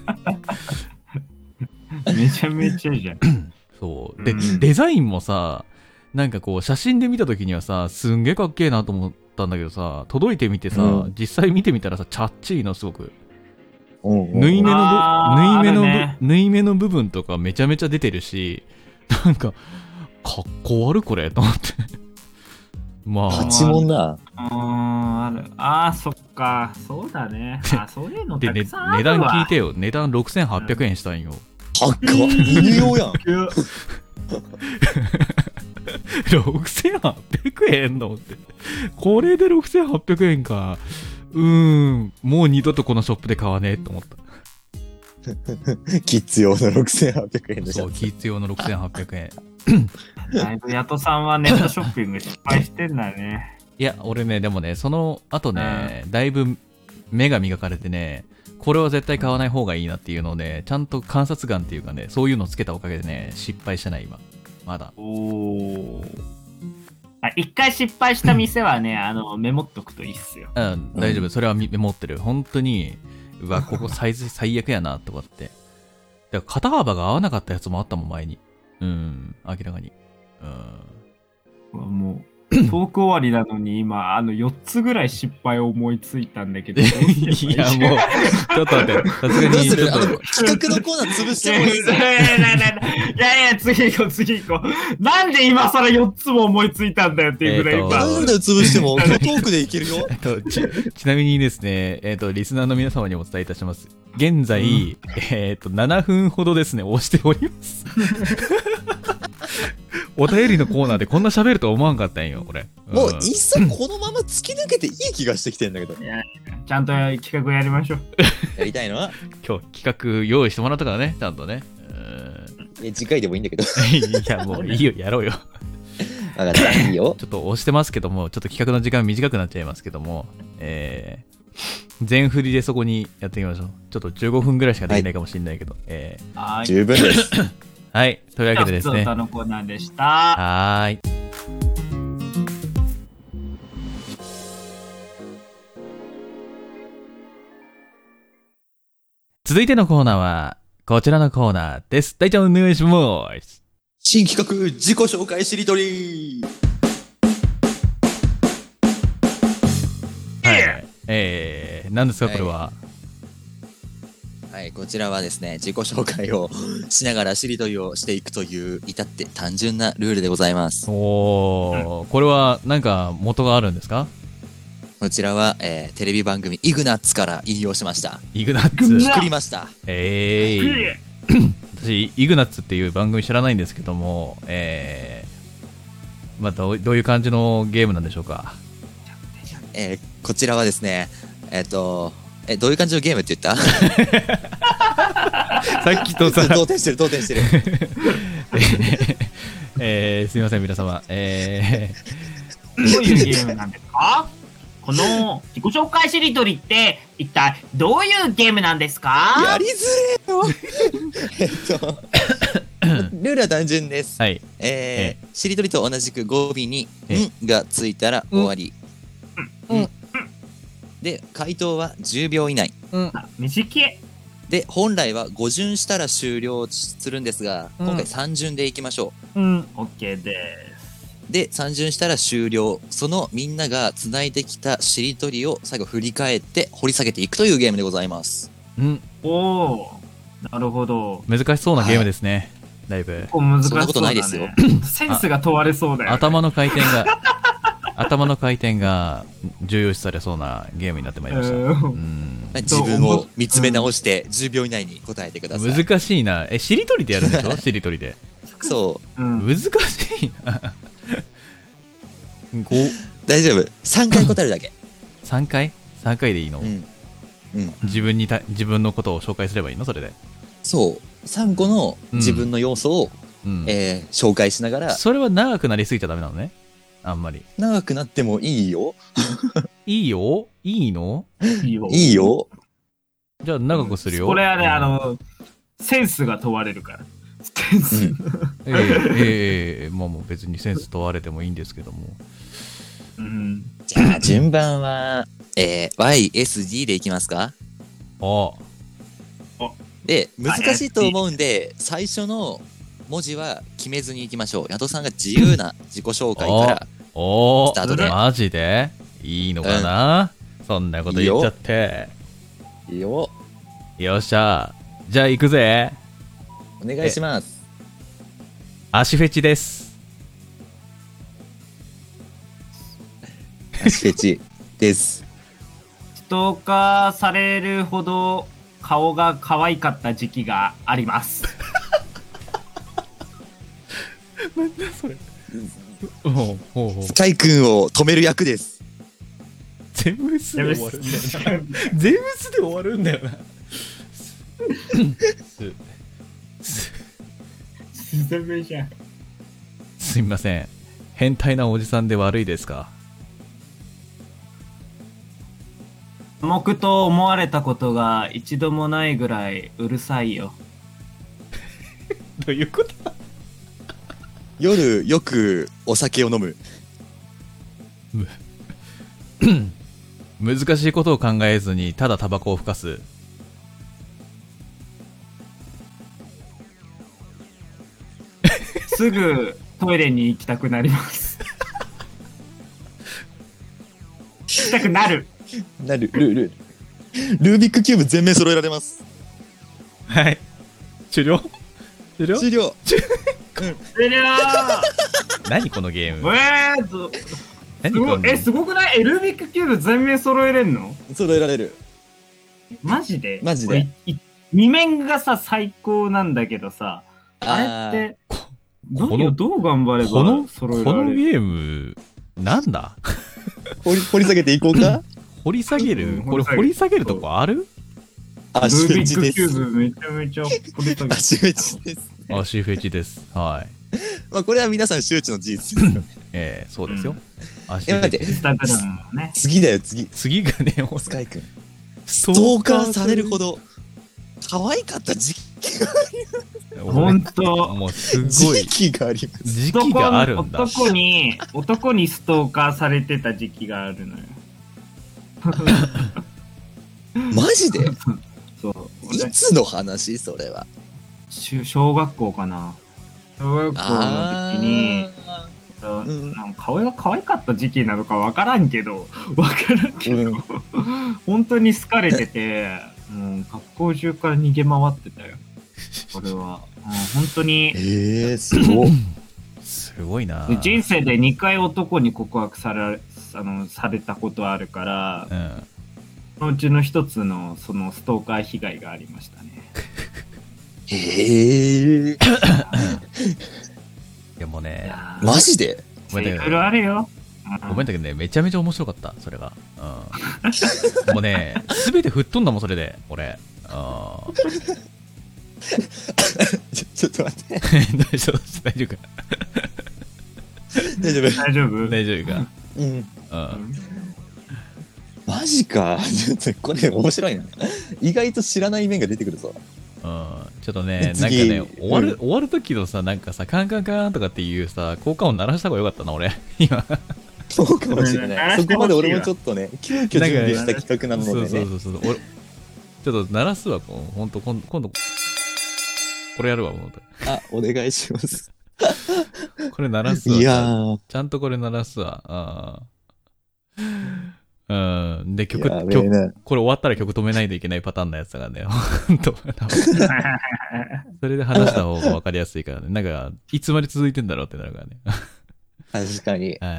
Speaker 4: めちゃめちゃじゃん。
Speaker 1: そう。で
Speaker 4: う、ん
Speaker 1: デザインもさ、なんかこう、写真で見た時にはさ、すんげえかっけえなと思ったんだけどさ、届いてみてさ、
Speaker 2: うん
Speaker 1: 実際見てみたらさ、チャッチーのすごく。
Speaker 2: うんうん
Speaker 1: 縫い目の
Speaker 4: あー
Speaker 1: 部、縫い目の部、
Speaker 4: あるね
Speaker 1: 縫い目の部分とかめちゃめちゃ出てるし、なんか、かっこ悪いこれと思って。 まあ
Speaker 2: 八
Speaker 4: 立、
Speaker 2: 問な。
Speaker 4: あーあるあー、そっか。そう だね。あそういうの
Speaker 1: で、
Speaker 4: た
Speaker 1: ね、
Speaker 4: くさんあ
Speaker 1: 値
Speaker 4: るわ
Speaker 1: 段聞いてよ。値段6800円したんよ。
Speaker 2: 高っ。いいよやん。
Speaker 4: いや
Speaker 1: 6800円のって。これで6800円か。うーん、もう二度とこのショップで買わねえと思った。
Speaker 2: キッズ用の6800円でし
Speaker 1: そ
Speaker 2: ょ
Speaker 1: う、。キッズ用の6800円。
Speaker 4: だいぶヤトさんはネットショッピング失敗してんだね。
Speaker 1: いや、俺ね、でもね、その後ね、だいぶ目が磨かれてね、これは絶対買わない方がいいなっていうのをね、ちゃんと観察眼っていうかね、そういうのつけたおかげでね、失敗してない今。まだ。
Speaker 4: おお。あ一回失敗した店 はね、あのメモっとくといいっすよ。
Speaker 1: うん、大丈夫。それはみメモってる。本当に、う わ、ここサイズ最悪やな、とかって。だから肩幅が合わなかったやつもあったもん、前に。うん、明らかに。 うん。
Speaker 4: もう、 トーク終わりなのに今、あの4つぐらい失敗を思いついたんだけど。どうす
Speaker 1: い
Speaker 4: れば
Speaker 1: や、
Speaker 4: いい
Speaker 1: もう、ちょっと待って。さすが
Speaker 2: どう
Speaker 1: に、
Speaker 2: す
Speaker 1: ちょ
Speaker 2: る
Speaker 1: っ
Speaker 2: あの
Speaker 1: と、
Speaker 2: 企画のコーナー潰し
Speaker 4: い
Speaker 2: てもいいぞ。
Speaker 4: やいや、次行こう、次行こう。なんで今更4つも思いついたんだよっていうぐらい
Speaker 1: えー
Speaker 4: 今。
Speaker 1: と
Speaker 2: なんだよ、潰しても。今日トークでいけるよ。
Speaker 1: えっとちちなみにですね、えっ、と、リスナーの皆様にお伝えいたします。現在、
Speaker 4: うん
Speaker 1: えっ、と、7分ほどですね、押しておりま す。お便りのコーナーでこんな喋ると思わんかったんよ、俺。ん
Speaker 2: もう、いっそこのまま突き抜けていい気がしてきてんだけど。
Speaker 4: ちゃんと企画やりましょう。
Speaker 2: やりたいのは、
Speaker 1: 今日企画用意してもらったからね、ちゃんとね。うー
Speaker 2: え次回でもいいんだけど。
Speaker 1: ん いや、もういいよ、やろうよ。
Speaker 2: わかった、いい よ。
Speaker 1: ちょっと押してますけども、ちょっと企画の時間短くなっちゃいますけども、えー、全振りでそこにやっていきましょう。ちょっと15分ぐらいしかできないかもしれないけど、えー
Speaker 4: はい。
Speaker 2: 十分です。
Speaker 1: はい、という
Speaker 4: じゃ
Speaker 1: わ
Speaker 4: あ
Speaker 1: けでで
Speaker 4: 普通
Speaker 1: すね
Speaker 4: 歌。のコーナーでした。
Speaker 1: はーい。続いてのコーナーは、こちらのコーナーです。大ちゃんお願いします。
Speaker 2: 新企画、自己紹介しりとり。
Speaker 1: はい。えー、何ですか、これは。
Speaker 2: はい、こちらはですね、自己紹介を しながらしりとりをしていくという、至って単純なルールでございます。
Speaker 1: おー、これは、なんか、元があるんですか
Speaker 2: こちらは、えーテレビ番組イグナッツから引用しました。
Speaker 1: イグナッ
Speaker 4: イグ
Speaker 1: ツ
Speaker 4: ナ。
Speaker 2: 作りました。
Speaker 1: え
Speaker 4: い
Speaker 1: ー、
Speaker 4: え
Speaker 1: 私、イグナッツっていう番組知らないんですけども、えー、まあ、どうどういう感じのゲームなんでしょうか。
Speaker 2: えーこちらはですね、えっ、と、え、どういう感じのゲームって 言った
Speaker 1: さっきとさ、
Speaker 2: 動転してる、動転してる。
Speaker 1: えー、すみません、皆様。え
Speaker 4: どういうゲームなんですかこの自己紹介しりとりって一体どういうゲームなんです
Speaker 2: や
Speaker 4: か
Speaker 2: りづ れよえっと、ルールは単純です
Speaker 1: ー、。はい。
Speaker 2: えーしりとりと同じく語尾に「
Speaker 1: え
Speaker 2: ん」がついたら終わり。うんで回答は10秒以内
Speaker 4: 短い。
Speaker 2: で本来は5巡したら終了するんですが、
Speaker 1: うん
Speaker 2: 今回3巡でいきましょう
Speaker 1: うん。
Speaker 4: OK です。
Speaker 2: で3巡したら終了そのみんながつないできたしりとりを最後振り返って掘り下げていくというゲームでございます
Speaker 1: うん。
Speaker 4: おお、なるほど。
Speaker 1: 難しそうなゲームですね。だいぶ
Speaker 4: 結。構難し
Speaker 2: そんなことないです
Speaker 4: そう
Speaker 2: よ
Speaker 4: だねセンスが問われそうだよね。
Speaker 1: 頭の回転が、頭の回転が重要視されそうなゲームになってまいりました。
Speaker 4: う
Speaker 1: うんん。
Speaker 2: 自分を見つめ直して10秒以内に答えてください、
Speaker 1: 難しいな。え、しりとりでやるんでし ょしりとりで。
Speaker 2: そう
Speaker 4: うん
Speaker 1: 難しいな。5、
Speaker 2: 大丈夫3回答え るだけ
Speaker 1: 3回 ?3 回でいいの、
Speaker 2: うんうん
Speaker 1: 自分にた、自分のことを紹介すればいいのそれで。
Speaker 2: そう3個の自分の要素を、
Speaker 1: うん。
Speaker 2: えー紹介しながら
Speaker 1: それは長くなりすぎちゃダメなのね。あんまり。
Speaker 2: 長くなってもいいよ
Speaker 1: いいよいいの
Speaker 4: いいよ
Speaker 2: いいよ
Speaker 1: じゃあ長くするよ。
Speaker 4: これはね、
Speaker 1: うん
Speaker 4: あ、の、センスが問われるから。センス。
Speaker 1: ええええまあもう別にセンス問われてもいいんですけども。
Speaker 4: うん。
Speaker 2: じゃあ順番は、えー、YSD でいきますか
Speaker 1: お
Speaker 2: で、難しいと思うんで、最初の文字は決めずにいきましょう。ヤトさんが自由な自己紹介から。
Speaker 1: お
Speaker 2: スタートで
Speaker 1: マジでいいのかな、そんなこと言っちゃって。
Speaker 2: いいよ。
Speaker 1: よっしゃ。じゃあ行くぜ。
Speaker 2: お願いします。
Speaker 1: 足フェチです。
Speaker 2: 足フェチです。
Speaker 4: ストーカーされるほど顔が可愛かった時期があります。
Speaker 1: おうおうおう
Speaker 2: スカイ君を止める役です。
Speaker 1: 全部す
Speaker 4: やべ
Speaker 1: で
Speaker 4: っ
Speaker 1: 終わるんだ
Speaker 4: す
Speaker 1: よな。全部すで終わるんだよな。す
Speaker 4: 自然名じゃん。
Speaker 1: すみません。変態なおじさんで悪いですか
Speaker 4: 黙と思われたことが一度もないぐらいうるさいよ。
Speaker 1: どういうこと
Speaker 2: 夜、よくお酒を飲む。
Speaker 1: 難しいことを考えずにただタバコをふかす
Speaker 4: すぐトイレに行きたくなります。行きたくなる。
Speaker 2: なる、ルール。ルービックキューブ全面揃えられます。
Speaker 1: はい終了終了
Speaker 2: 終了。
Speaker 4: 終了
Speaker 1: 何このゲ ーム
Speaker 4: えーと、
Speaker 1: 何
Speaker 4: す
Speaker 1: こ
Speaker 4: ご
Speaker 1: の
Speaker 4: え、すごくないエルビックキューブ全面揃えれんの
Speaker 2: 揃えられる。
Speaker 4: マジで
Speaker 2: マジで
Speaker 4: 俺い二面がさ、最高なんだけどさ、あれって、ど
Speaker 1: こ
Speaker 4: う
Speaker 1: の
Speaker 4: どう頑張れ
Speaker 1: この
Speaker 4: ば
Speaker 1: こ
Speaker 4: 揃えら
Speaker 1: の
Speaker 4: れる
Speaker 1: ゲームなんだ
Speaker 2: あー掘り掘り下げていこうか。
Speaker 1: 掘り下げ
Speaker 4: う
Speaker 1: る
Speaker 4: ん
Speaker 1: これ掘
Speaker 4: 掘
Speaker 1: り
Speaker 4: り
Speaker 1: 下げるとこある
Speaker 4: ル
Speaker 2: 足
Speaker 4: ー
Speaker 2: フ
Speaker 4: ビ
Speaker 2: ェ
Speaker 4: ッ
Speaker 2: チ
Speaker 4: ク
Speaker 2: で
Speaker 4: キュー
Speaker 2: す。
Speaker 4: ブめちゃめちゃ掘り下げて
Speaker 2: 足フ ェチです。
Speaker 1: 足フェチですはい
Speaker 2: まあ、これは皆さん周知の事実ですよ。
Speaker 1: えー、そうですよ、足
Speaker 2: え、
Speaker 1: フェ
Speaker 2: 待
Speaker 1: チ
Speaker 2: って、
Speaker 4: スタグラムもね。
Speaker 2: 次だよ、次。
Speaker 1: 次がねもう
Speaker 2: スカイ君。
Speaker 1: ス
Speaker 2: ストーカーされるほど、可愛かった時期
Speaker 1: ど
Speaker 4: ほんと、
Speaker 1: もうすごい
Speaker 2: 時期があります。
Speaker 1: 時期があるんだ
Speaker 4: 男に、男にストーカーされてた時期があるのよ。
Speaker 2: マジで
Speaker 4: そう。
Speaker 2: い
Speaker 4: 俺
Speaker 2: つの話それは。
Speaker 4: し小学校かな。小学校の時に、
Speaker 2: あ
Speaker 4: そう
Speaker 2: うん
Speaker 4: なんか顔が可愛かった時期なのかわからんけど、わからんけど、
Speaker 2: うん
Speaker 4: 本当に好かれてて、 もう学校中から逃げ回ってたよ。俺は。うん本当に
Speaker 2: ー。ええー、すごっ。
Speaker 1: すごいな
Speaker 4: 人生で2回男に告白されあのされたことあるから
Speaker 1: う、ん
Speaker 4: そのうちの一つのそのストーカー被害がありましたね。
Speaker 2: ええー、
Speaker 1: でも
Speaker 4: い
Speaker 1: ね
Speaker 4: やー
Speaker 2: マジで
Speaker 1: ごめんね
Speaker 4: いろいろあるよ。う
Speaker 1: ごめんだけどね、めちゃめちゃ面白かった、それが。うん、もうね、すべて吹っ飛んだもん、それで、俺。うん どう
Speaker 2: ちょちょっと待って。
Speaker 1: したどうした大丈夫か
Speaker 2: 大丈夫。
Speaker 4: 大丈夫
Speaker 1: 大丈夫
Speaker 2: うん。
Speaker 1: か、うん、
Speaker 2: マジか。ちょっとこれ面白いな。意外と知らない面が出てくるぞ。
Speaker 1: うん、ちょっとね、なんか
Speaker 2: 次
Speaker 1: ね、終わる、
Speaker 2: うん
Speaker 1: 終わる時のさ、なんかさ、カンカンカンとかっていうさ、効果音鳴らした方がよかったな、俺。今。
Speaker 2: そうかもしれない。そこまで俺もちょっとね、急遽準備した企画なので
Speaker 1: そう
Speaker 2: ね。
Speaker 1: そうそうそう。俺、ちょっと鳴らすわ、こうほんと、今度、今度、これやるわ、ほんと。
Speaker 2: あ、お願いします。
Speaker 1: これ鳴らすわ。
Speaker 2: いやー、
Speaker 1: ちゃんとこれ鳴らすわ。うん。うん。で、曲、
Speaker 2: やべえ
Speaker 1: 曲、
Speaker 2: な。
Speaker 1: これ終わったら曲止めないといけないパターンのやつがね、ほんとそれで話した方が分かりやすいからね。なんか、いつまで続いてんだろうってなるからね。
Speaker 2: 確かに。
Speaker 1: は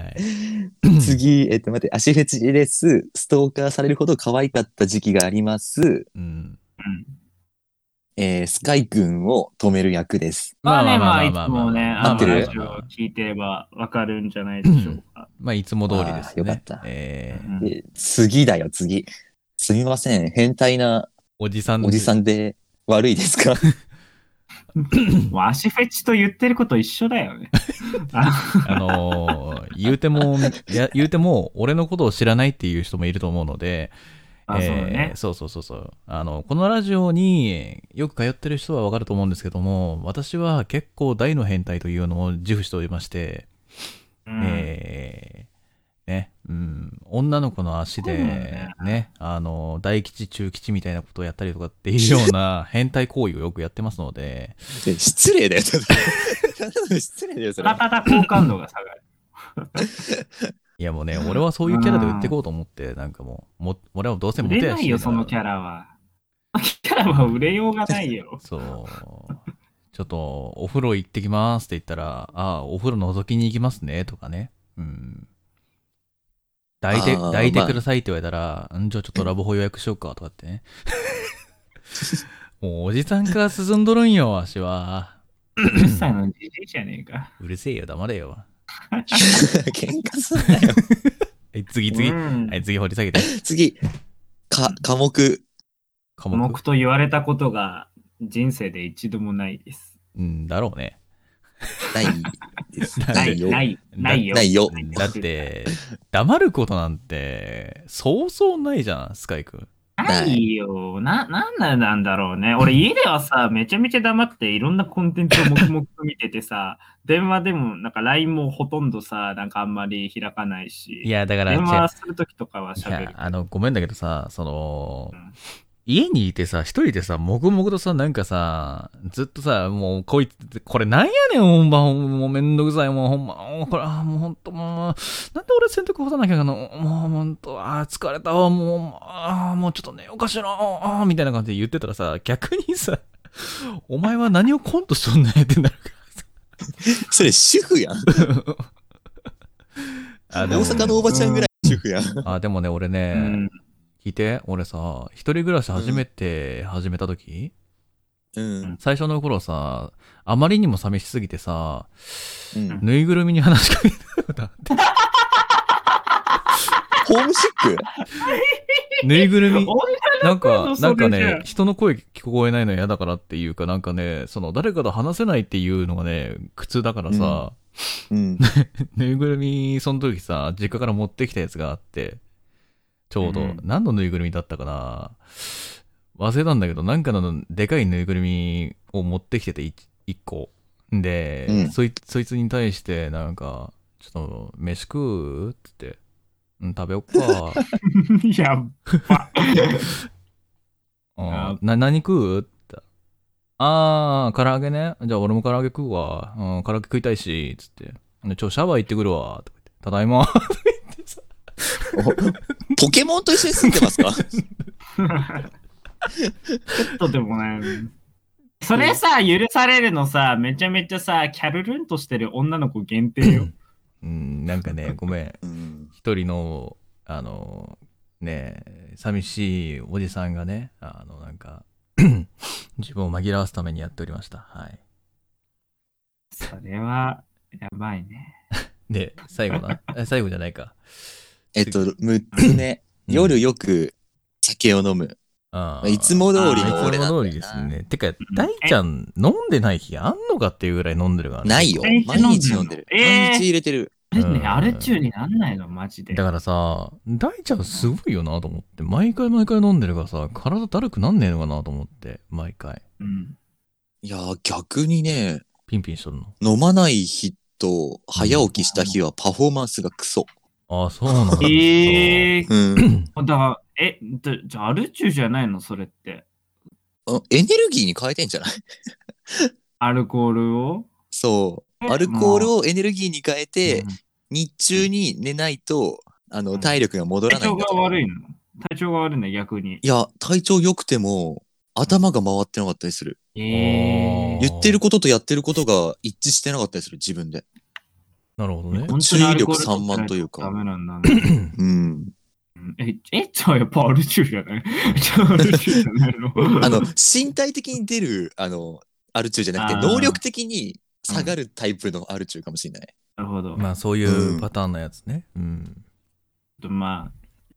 Speaker 1: い。
Speaker 2: 次、えっと、待って、足フェチです。ストーカーされるほど可愛かった時期があります。
Speaker 1: うん。
Speaker 2: えー、スカイ君を止める役です。
Speaker 4: まあね、まあ、いつもね、
Speaker 2: 合
Speaker 4: あ
Speaker 2: っ
Speaker 4: の、
Speaker 2: てる
Speaker 4: ラジオを聞いてればわかるんじゃないでしょうか。
Speaker 1: まあ、いつも通りですね。
Speaker 2: あーよかった
Speaker 1: えー、
Speaker 4: うん
Speaker 2: で次だよ、次。すみません。変態な
Speaker 1: おじさん
Speaker 2: おじさ
Speaker 1: ん。
Speaker 2: んで悪いですか
Speaker 4: もう足フェチと言ってること一緒だよね。あ
Speaker 1: あのー言うても、いや言うても、俺のことを知らないっていう人もいると思うので、
Speaker 4: あ、そうだ
Speaker 1: え
Speaker 4: ね
Speaker 1: ー。そうそうそうそうあのこのラジオによく通ってる人はわかると思うんですけども私は結構大の変態というのを自負しておりまして、
Speaker 4: うん
Speaker 1: えーねうん、女の子の足で、
Speaker 4: そうだよ
Speaker 1: ね
Speaker 4: ね、
Speaker 1: あの、大吉、中吉みたいなことをやったりとかっていうような変態行為をよくやってますので、
Speaker 2: え 失礼だよ。失礼だよ、それ。
Speaker 4: 体好感度が下がる。
Speaker 1: いやもうね、俺はそういうキャラで売っていこうと思って、なんかもう、も俺はどうせモ
Speaker 4: 売
Speaker 1: テ
Speaker 4: れ
Speaker 1: や
Speaker 4: な
Speaker 1: し
Speaker 4: いよ、そのキャラは。キャラは売れようがな いよ。
Speaker 1: そう。ちょっと、お風呂行ってきますって言ったら、ああ、お風呂覗きに行きますね、とかね。うん。抱いて、
Speaker 2: あー
Speaker 1: 抱いて
Speaker 2: まあ
Speaker 1: くださいって言われたら、んじゃあちょっとラブホ予約しようか、とかってね。 もうおじさんから進んどるんよ、わし は。
Speaker 4: 10歳のじじいじゃねえか。
Speaker 1: うるせえよ、黙れよ。
Speaker 2: 喧嘩すんなよ。
Speaker 1: はい、次、次。
Speaker 4: う
Speaker 1: は
Speaker 4: ん
Speaker 1: い、次掘り下げ て。
Speaker 2: 次。か、科目。
Speaker 1: 科
Speaker 4: 科
Speaker 1: 目。
Speaker 4: 目と言われたことが人生で一度もないです。
Speaker 1: うん、だろうね。
Speaker 2: ないです。
Speaker 1: な
Speaker 2: ないいよ。
Speaker 4: ない、ないよ。
Speaker 2: ないよ
Speaker 1: だっ。て、黙ることなんて、そうそうないじゃん、スカイ君。
Speaker 4: ないよ。な、なんなんなんだろうね。俺、家ではさ、めちゃめちゃ黙って、いろんなコンテンツを黙々と見ててさ、 電話でも、なんか LINE もほとんどさ、なんかあんまり開かないし、
Speaker 1: いや、だから、違
Speaker 4: 電
Speaker 1: う。
Speaker 4: 話するときとかはい喋
Speaker 1: や
Speaker 4: る。、
Speaker 1: あの、ごめんだけどさ、その
Speaker 4: うん、
Speaker 1: 家にいてさ、一人でさ、黙々とさ、なんかさ、ずっとさ、もう、こいつ、これなんやねん、ほんま、ほんまもうめんどくさい、もう、ほんま、もうこれ、あーもうほんと、もう、なんで俺洗濯干さなきゃいけないのもう、ほんと、あー疲れたわ、もう、あーもうちょっと寝ようかしら、あーみたいな感じで言ってたらさ、逆にさ、お前は何をコントしとんねんってなるか
Speaker 2: それ、主婦やん。
Speaker 1: ら
Speaker 2: 大
Speaker 1: あでも
Speaker 2: 阪のおばちゃんぐらい主婦やん。
Speaker 1: あ、でもね、俺ね、
Speaker 4: うん、
Speaker 1: 聞いて、俺さ、一人暮らし初めて始めた時、
Speaker 2: うん。
Speaker 1: 最初の頃さ、あまりにも寂しすぎてさ、
Speaker 2: うん。
Speaker 1: ぬいぐるみに話しかけ たよなって。
Speaker 2: ホームシック
Speaker 1: ぬいぐるみ。
Speaker 4: 女
Speaker 1: な
Speaker 4: の
Speaker 1: ん
Speaker 4: 子
Speaker 1: か
Speaker 4: の、
Speaker 1: な
Speaker 4: そ
Speaker 1: んか
Speaker 4: れじゃ
Speaker 1: ね、人の声聞こえないの嫌だからっていうか、なんかね、その誰かと話せないっていうのがね、苦痛だからさ、
Speaker 2: うん。
Speaker 1: ぬいぐるみ、その時さ、実家から持ってきたやつがあって、ちょうど、
Speaker 4: うん
Speaker 1: 何のぬいぐるみだったかな忘れたんだけど、なんかのでかいぬいぐるみを持ってきてて、い一個。で、
Speaker 2: うん
Speaker 1: そい、そいつに対して、なんか、ちょっと、飯食うって言って、うん、食べよっか。
Speaker 4: い や、
Speaker 1: うんな、何食うって言った。あー、唐揚げね。じゃあ俺も唐揚げ食うわ。うん、唐揚げ食いたいし、つって。でちょ、シャワー行ってくるわ。とか言ってただいま。 とか言ってさ
Speaker 2: ポケモンと一緒に住んでますか
Speaker 4: ちょっとでもね、それさ、許されるのさ、めちゃめちゃさ、キャルルンとしてる女の子限定よ。
Speaker 1: うん、なんかね、ごめん。
Speaker 2: うん。
Speaker 1: 一人の、あの、ね、寂しいおじさんがね、あの、なんか、 自分を紛らわすためにやっておりました。はい。
Speaker 4: それは、やばいね。
Speaker 1: で、最後な。え最後じゃないか。
Speaker 2: えっと、6つ目。夜よく酒を飲む。
Speaker 1: あ
Speaker 2: いつも通
Speaker 1: 通
Speaker 2: りの俺なん
Speaker 1: 通
Speaker 2: だよな。
Speaker 1: りですね。てか、大ちゃん、飲んでない日あんのかっていうぐらい飲んでるからね。
Speaker 2: ないよ。毎
Speaker 4: 毎日
Speaker 2: 日
Speaker 4: 飲
Speaker 2: 飲
Speaker 4: ん
Speaker 2: ん
Speaker 4: で
Speaker 2: でる。
Speaker 4: るえー
Speaker 2: 毎日入れてる。
Speaker 4: あれね、
Speaker 1: うん
Speaker 4: アル中になんないの、マジで。
Speaker 1: だからさ、大ちゃんすごいよなと思って、毎回毎回飲んでるからさ、体だるくなんねえのかなと思って、毎回。
Speaker 4: うん。
Speaker 2: いやー、逆にね、
Speaker 1: ピンピンしとるの。
Speaker 2: 飲まない日と早起きした日はパフォーマンスがクソ。
Speaker 1: ああ、そうなんだ。
Speaker 4: えー、
Speaker 2: うん。
Speaker 4: だから、え、だじゃあアル中じゃないの、それって。
Speaker 2: あエネルギーに変えてんじゃない
Speaker 4: アルコールを
Speaker 2: そう。アルコールをエネルギーに変えて、日中に寝ないと、あ
Speaker 4: う
Speaker 2: の、
Speaker 4: ん
Speaker 2: 体力が戻ら
Speaker 4: 体
Speaker 2: ないん
Speaker 4: 調
Speaker 2: だ
Speaker 4: が
Speaker 2: と思う
Speaker 4: 悪いの体調が悪いの、逆に。
Speaker 2: いや、体調良くても、頭が回ってなかったりする。
Speaker 1: えー
Speaker 2: 言ってることとやってることが一致してなかったりする、自分で。
Speaker 1: なるほどね。
Speaker 4: 本当にアルコール
Speaker 2: 注意力散漫というか
Speaker 4: ダメなんだね。
Speaker 2: うん。
Speaker 4: うんえ、え、じゃあやっぱアル中じゃない じゃあアル中じゃないの
Speaker 2: あの、身体的に出る、あの、アル中じゃなく
Speaker 4: あ
Speaker 2: て、
Speaker 4: ー
Speaker 2: 能力的に下がるタイプのアル中かもしれない。
Speaker 4: なるほど。
Speaker 1: まあ、そういうパターンのやつね。うん。
Speaker 4: ま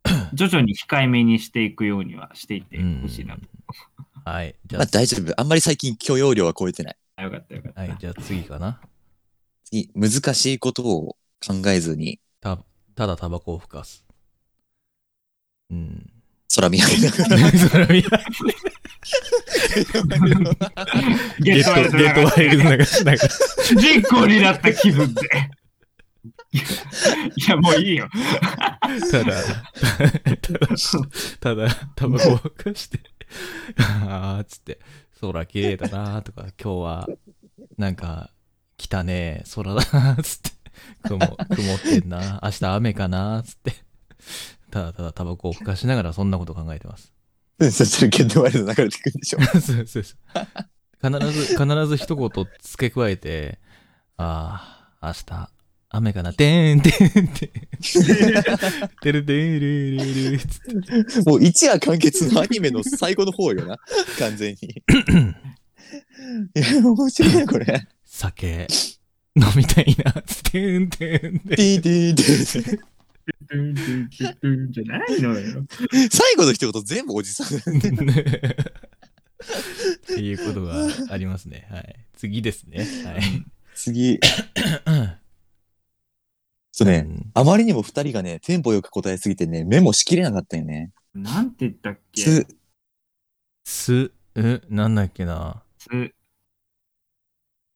Speaker 4: あ、徐々に控えめにしていくようにはしていってほしいなと。
Speaker 1: はい。じゃ
Speaker 2: まあ
Speaker 1: あ、
Speaker 2: 大丈夫。あんまり最近許容量は超えてない。
Speaker 4: あよかったよかった。
Speaker 1: はい、じゃあ次かな。
Speaker 2: 次難しいことを考えずに
Speaker 1: た、ただタバコを吹かす。 うん。
Speaker 2: 空見上 げながら。
Speaker 1: それ見ない
Speaker 4: ゲットワイルド
Speaker 1: ゲットワイルドな感じなんか
Speaker 4: 人工になった気分で。いや、もういいよ。
Speaker 1: ただ、ただ、ただ、タバコをかして、あーっつって、空綺麗だなーとか、今日は、なんか、来たねー、空だなーっつって、雲、曇ってんな、明日雨かなーっつって、ただただタバコをふかしながらそんなこと考えてます。
Speaker 2: そしたら限定ワイルド流れてくるでしょ。
Speaker 1: そうそうそう。必ず、必ず一言付け加えて、ああ、明日、雨かな、でーん、でーん、でー ん、てるでーるるるる、つって
Speaker 2: もう一夜完結のアニメの最後の方よな、 完全に。いや、面白いね、これ。
Speaker 1: 酒、飲みたいな、つって、でーん、でーん、でーん。
Speaker 2: ディーディーディー
Speaker 4: じゃないのよ。
Speaker 2: 最後の一言全部おじさん。
Speaker 1: っていうことがありますね。はい。次ですね。
Speaker 2: 次。ちょ
Speaker 1: はい。
Speaker 2: っとね、
Speaker 1: うん
Speaker 2: あまりにも二人がね、テンポよく答えすぎてね、メモしきれなかったよね。
Speaker 4: なんて言ったっけ
Speaker 2: つ、
Speaker 1: す、う、なんだっけな。
Speaker 4: つ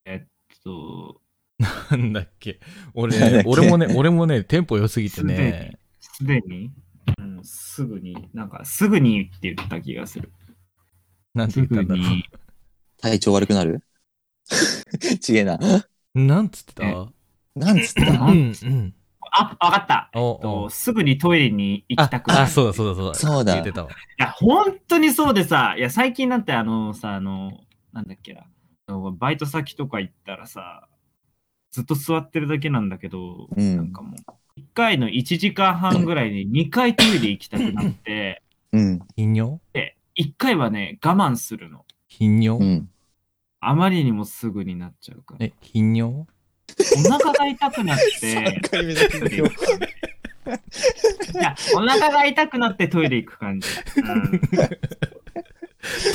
Speaker 4: えっと、
Speaker 1: なんだっけ。俺
Speaker 2: なんだっ
Speaker 1: ね、
Speaker 2: け
Speaker 1: 俺もね、俺もね、テンポ良すぎてね。
Speaker 4: すでに、うん、すぐに、なんか、すぐにって言った気がする。
Speaker 1: なんて
Speaker 4: す
Speaker 1: 言った
Speaker 4: ぐ
Speaker 1: んだろ
Speaker 4: に、
Speaker 2: 体調悪くなる ちげえな。
Speaker 1: う。なんつってた
Speaker 4: え
Speaker 1: う
Speaker 2: なんつった
Speaker 1: んうん。
Speaker 4: あ、わかった。えっ
Speaker 1: おお
Speaker 4: と、すぐにトイレに行き
Speaker 1: あ
Speaker 4: たくな
Speaker 1: あ、
Speaker 4: る。
Speaker 1: そうだそうだそうだ。
Speaker 2: そうだ
Speaker 1: 言ってたわ。
Speaker 4: いや、本当にそうでさ、いや、最近なんてあのさ、あの、なんだっけな、あのバイト先とか行ったらさ、ずっと座ってるだけなんだけど、
Speaker 2: うん
Speaker 4: なんかもう、1回の1時間半ぐらいで2回トイレ行きたくなって、
Speaker 2: うん。
Speaker 1: 頻尿
Speaker 4: で、1回はね、我慢するの。
Speaker 1: 頻
Speaker 2: う
Speaker 1: 尿
Speaker 2: ん。
Speaker 4: あまりにもすぐになっちゃうから。
Speaker 1: え、頻尿
Speaker 4: お腹が痛くなって
Speaker 2: 3、回目だけ
Speaker 4: トイレ
Speaker 2: ど
Speaker 4: 行く感じいや、お腹が痛くなってトイレ行く感じ。 うん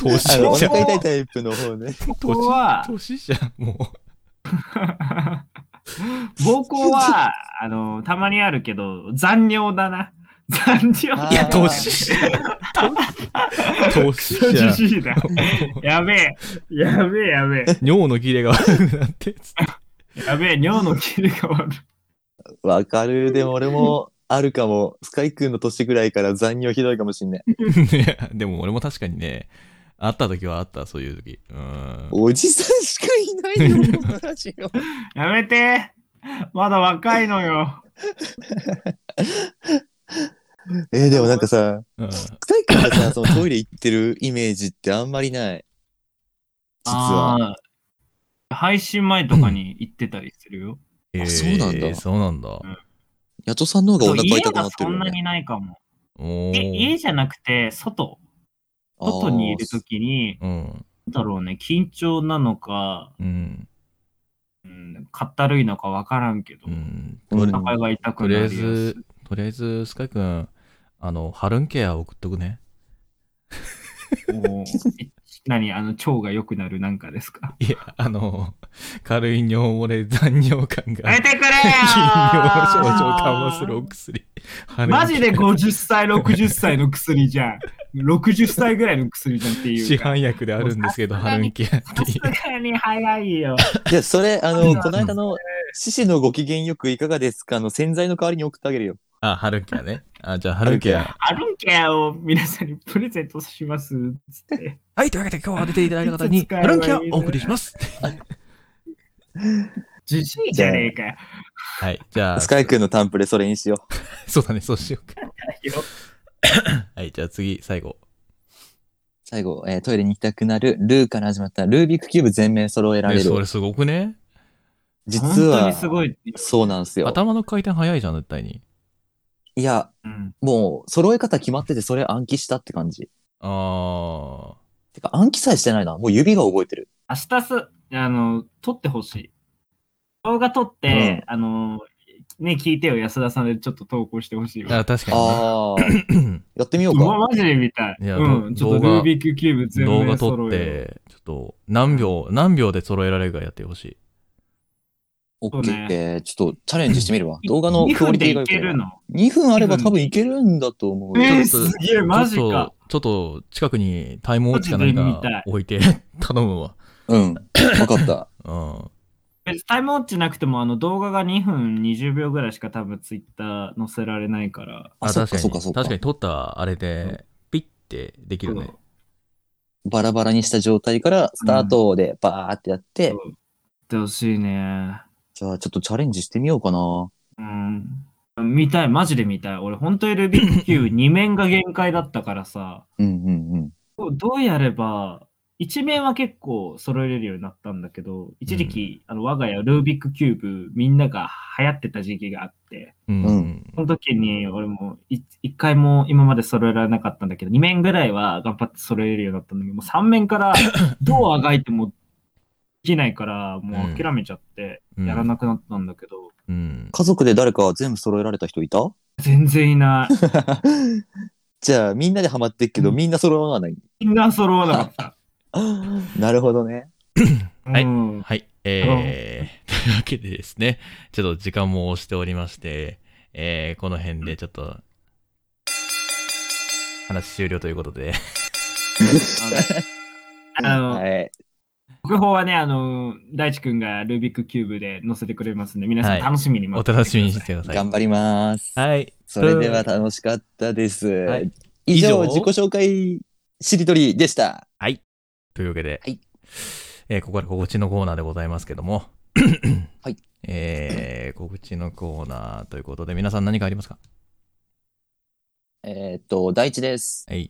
Speaker 1: 年
Speaker 2: あの、お
Speaker 1: じゃん
Speaker 2: 腹痛いタイプの方ね。
Speaker 4: ここは
Speaker 1: 年じゃん、も
Speaker 4: 膀胱は、あの、たまにあるけど、残尿だな。残
Speaker 2: あ
Speaker 4: 尿
Speaker 1: う。いや、
Speaker 2: ー
Speaker 1: 年じゃん。年じゃん。
Speaker 4: じじいだ。やべえ、やべえ、やべえ、
Speaker 1: 尿の切れが悪くなって。
Speaker 4: やべえ、尿の切れが悪い。
Speaker 2: わかる。でも俺もあるかも。スカイ君の年ぐらいから残業ひどいかもしんない。
Speaker 1: いや、でも俺も確かにね、会った時はあった、そういう時。うーん。
Speaker 2: おじさんしかいないよ、このラジオ。
Speaker 4: やめて、まだ若いのよ。
Speaker 2: えーでもなんかさ、
Speaker 1: うん
Speaker 2: スカイ君が さ、そのトイレ行ってるイメージってあんまりない。実は。
Speaker 4: あー配信前とかに行ってたりするよ。
Speaker 1: えー
Speaker 2: そうなんだ
Speaker 1: そうなんだ。
Speaker 2: ヤトさんの方がお腹
Speaker 4: 家
Speaker 2: 痛くな
Speaker 4: が
Speaker 2: って
Speaker 4: そ
Speaker 2: る
Speaker 4: ん
Speaker 2: よ
Speaker 4: な
Speaker 2: ね。
Speaker 4: にないかも。
Speaker 1: お
Speaker 4: え家
Speaker 1: ー。
Speaker 4: じゃなくて、外。
Speaker 2: あー
Speaker 4: 外にいるときに、
Speaker 1: うん。
Speaker 4: なんだろうね、緊張なのか、
Speaker 1: うん。
Speaker 4: うん、かったるいのかわからんけど、
Speaker 1: うん。
Speaker 2: う
Speaker 4: お
Speaker 2: ん
Speaker 4: 腹が痛
Speaker 1: と
Speaker 4: く
Speaker 1: り
Speaker 4: な
Speaker 1: あ
Speaker 4: る
Speaker 1: え
Speaker 4: やつ
Speaker 1: ず。、とりあえず、スカイくん、あの、ハルンケア送っとくね。
Speaker 4: もうえ何あの、腸が良くなるなんかですか
Speaker 1: いや、あの、軽い尿漏れ残尿感が。
Speaker 4: 出て
Speaker 1: 頻尿症状
Speaker 4: くれよー
Speaker 1: 緩和するお薬。
Speaker 4: マジ
Speaker 1: ハル
Speaker 4: で
Speaker 1: ンケ
Speaker 4: 50歳、60歳の薬じゃん。60歳ぐらいの薬じゃんって
Speaker 1: ア
Speaker 4: い
Speaker 1: 市
Speaker 4: うか。
Speaker 1: 販薬であるんですけど、
Speaker 4: もう
Speaker 1: ハルンケアって
Speaker 4: さ
Speaker 1: い
Speaker 4: す
Speaker 1: う。
Speaker 4: がに早いよ。
Speaker 2: じゃあ、それ、あの、
Speaker 1: うん
Speaker 2: この間の、獅子のご機嫌よくいかがですかの洗剤の代わりに送ってあげるよ。
Speaker 1: あ、ハルンケアね。あ、じゃあ、ハルンケア。
Speaker 4: あるんけやを皆さんにプレゼントします。つって。
Speaker 1: はい、というわけで今日は出ていただいた方
Speaker 4: い
Speaker 1: に、
Speaker 4: つ使
Speaker 1: ハ
Speaker 4: えば
Speaker 1: ル
Speaker 4: いい
Speaker 1: ン
Speaker 4: の
Speaker 1: ケアをお送りします。
Speaker 4: じじいじゃねえかよ。
Speaker 1: はい、じゃあ、
Speaker 2: スカイ君のタンプレそれにしよう。
Speaker 1: そうだね、そうしようか。
Speaker 4: よ
Speaker 1: はい、じゃあ次、最後。
Speaker 2: 最後、えートイレに行きたくなる、ルーから始まった、ルービックキューブ全面揃えら
Speaker 1: え、
Speaker 2: れ
Speaker 1: そ
Speaker 2: る。
Speaker 1: れすごくね
Speaker 2: 実
Speaker 4: 本当
Speaker 2: は
Speaker 4: に、すごい。
Speaker 2: そうなんですよ。
Speaker 1: 頭の回転早いじゃん、絶対に。
Speaker 2: いや、
Speaker 4: うん
Speaker 2: もう、揃え方決まってて、それ暗記したって感じ。
Speaker 1: あ
Speaker 2: てか、暗記さえしてないな。もう指が覚えてる。
Speaker 4: 明日す、あの、撮ってほしい。動画撮って、あの、ね、聞いてよ、安田さんでちょっと投稿してほしい
Speaker 1: ー
Speaker 4: わ。
Speaker 1: あ、確かに ね、
Speaker 2: ああ、やってみよう
Speaker 4: うわ、
Speaker 2: か。
Speaker 4: マジで見たい。
Speaker 1: いや
Speaker 4: うん、ち
Speaker 1: ど
Speaker 4: ょっと
Speaker 1: 動画
Speaker 4: ルービックキューブ全
Speaker 1: 動
Speaker 4: 面
Speaker 1: 画撮
Speaker 4: 揃
Speaker 1: っ
Speaker 4: えよう。
Speaker 1: て、ちょっと何秒、何秒で揃えられるかやってほしい。
Speaker 2: オ
Speaker 4: そう
Speaker 2: ッケー
Speaker 4: ね
Speaker 2: えーちょっとチャレンジしてみるわ。動画の
Speaker 4: 2
Speaker 2: クオ
Speaker 4: 分
Speaker 2: リティ
Speaker 4: で
Speaker 2: が良
Speaker 4: い
Speaker 2: く
Speaker 4: け
Speaker 2: な
Speaker 4: る
Speaker 2: い
Speaker 4: の
Speaker 2: 2分あれば多分いけるんだと思うよ。
Speaker 4: えー、
Speaker 1: ちょっと
Speaker 4: すげえ、マジ
Speaker 1: ちょっ
Speaker 4: か
Speaker 1: と。、ちょっと近くにタイムウォッチか何
Speaker 4: マジで見
Speaker 1: か
Speaker 4: たい
Speaker 1: 置いて頼むわ。
Speaker 2: うん。わかった。
Speaker 1: うん。
Speaker 4: 別にタイムウォッチなくても、あの動画が2分20秒ぐらいしか多分ツイッター載せられないから。
Speaker 2: あ、そうかそうかそうか
Speaker 1: 確か。に撮ったあれで、ピッてできるね。
Speaker 2: バラバラにした状態からスタートでバーってやって、
Speaker 4: そうやってほしいね。
Speaker 2: じゃあちょっとチャレンジしてみようかな。
Speaker 4: うん。見たい、マジで見たい。俺、本当にルビックキュー2面が限界だったからさ、
Speaker 2: うんうんうん。
Speaker 4: どうどうやれば、1面は結構揃えれるようになったんだけど、一時期、あの我が家ルービックキューブみんなが流行ってた時期があって、
Speaker 1: うん
Speaker 2: う
Speaker 4: その時に俺もい一回も今まで揃えられなかったんだけど、2面ぐらいは頑張って揃えれるようになったんだけど、もう3 面からどうあがいてもできないから、もう諦めちゃって、やらなくなったんだけど、
Speaker 1: うん。
Speaker 2: 家族で誰か全部揃えられた人いた
Speaker 4: 全然 いない。
Speaker 2: じゃあみんなでハマってっけど、みんな 揃わない。
Speaker 4: みんな揃わなかった。
Speaker 2: なるほどね。
Speaker 1: はい
Speaker 4: うん
Speaker 1: はい。えー、というわけでですね、ちょっと時間も押しておりまして、えー、この辺でちょっと、話終了ということで。
Speaker 4: あの、
Speaker 2: はい。
Speaker 4: 国宝はね、あの、大地くんがルービックキューブで載せてくれますんで、皆さ
Speaker 1: は
Speaker 4: ん
Speaker 1: い
Speaker 4: 楽しみに
Speaker 1: お
Speaker 4: 待っててくだ
Speaker 1: 楽
Speaker 4: さ
Speaker 1: し
Speaker 4: い
Speaker 1: みにしてください。
Speaker 2: 頑張ります。
Speaker 1: はい。
Speaker 2: それでは楽しかったです。
Speaker 1: はい
Speaker 2: 以上、
Speaker 1: 以上
Speaker 2: 自己紹介しりとりでした。
Speaker 1: というわけで、
Speaker 2: はい
Speaker 1: えーここから告知のコーナーでございますけども、
Speaker 2: はい
Speaker 1: えー告知のコーナーということで、皆さん何かありますか
Speaker 2: えーっと、大地です。
Speaker 1: はい。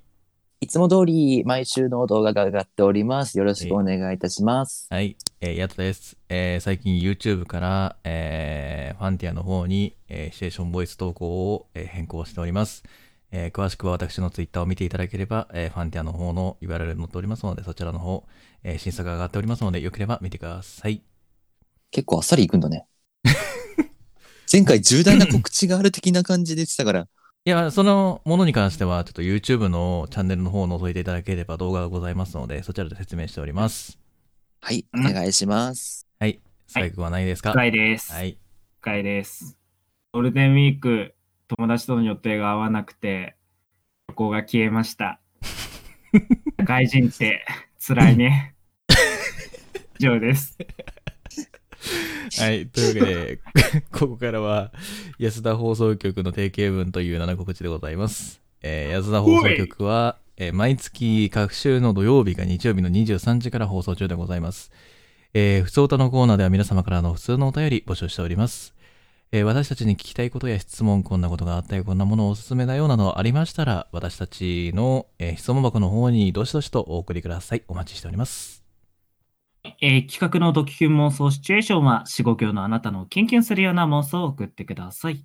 Speaker 2: いつも通り毎週の動画が上がっております。よろしくお願いいたします。
Speaker 1: はい。えー、やっとです。えー最近 YouTube から、えーファンティアの方に、えーシチュエーションボイス投稿を、えー変更しております。えー詳しくは私の Twitter を見ていただければ、えーファンティアの方の URL 載っておりますので、そちらの方、えー新作が上がっておりますので、よければ見てください。
Speaker 2: 結構あっさりいくんだね。前回重大な告知がある的な感じで言ってたから。
Speaker 1: いや、そのものに関しては、ちょっと YouTube のチャンネルの方を覗いていただければ動画がございますので、そちらで説明しております。
Speaker 2: はい、お
Speaker 4: うん
Speaker 2: 願いします。
Speaker 1: はい。最後はないですか、
Speaker 4: 深いです。
Speaker 1: はい。
Speaker 4: 深いです。ゴールデンウィーク、友達との予定が合わなくて、旅行が消えました。社会人って、辛いね。以上です。
Speaker 1: はい。というわけで、 ここからは安田放送局の定型文という七告知でございます。えー安田放送局は、えー毎月各週の土曜日が日曜日の23時から放送中でございます。えー、普通歌のコーナーでは皆様からの普通のお便り募集しております。えー私たちに聞きたいことや質問、こんなことがあったよ、こんなものおすすめだよなどありましたら、私たちの、えー質問箱の方にどしどしとお送りください。お待ちしております。
Speaker 4: えー企画のドキュン妄想シチュエーションは、死後教のあなたのキュンキュンするような妄想を送ってください。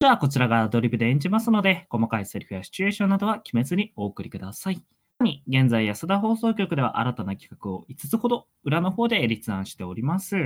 Speaker 4: じゃあ、こちらがアドリブで演じますので、細かいセリフやシチュエーションなどは決めずにお送りください。さらに現在、安田放送局では新たな企画を5つほど裏の方で立案しております。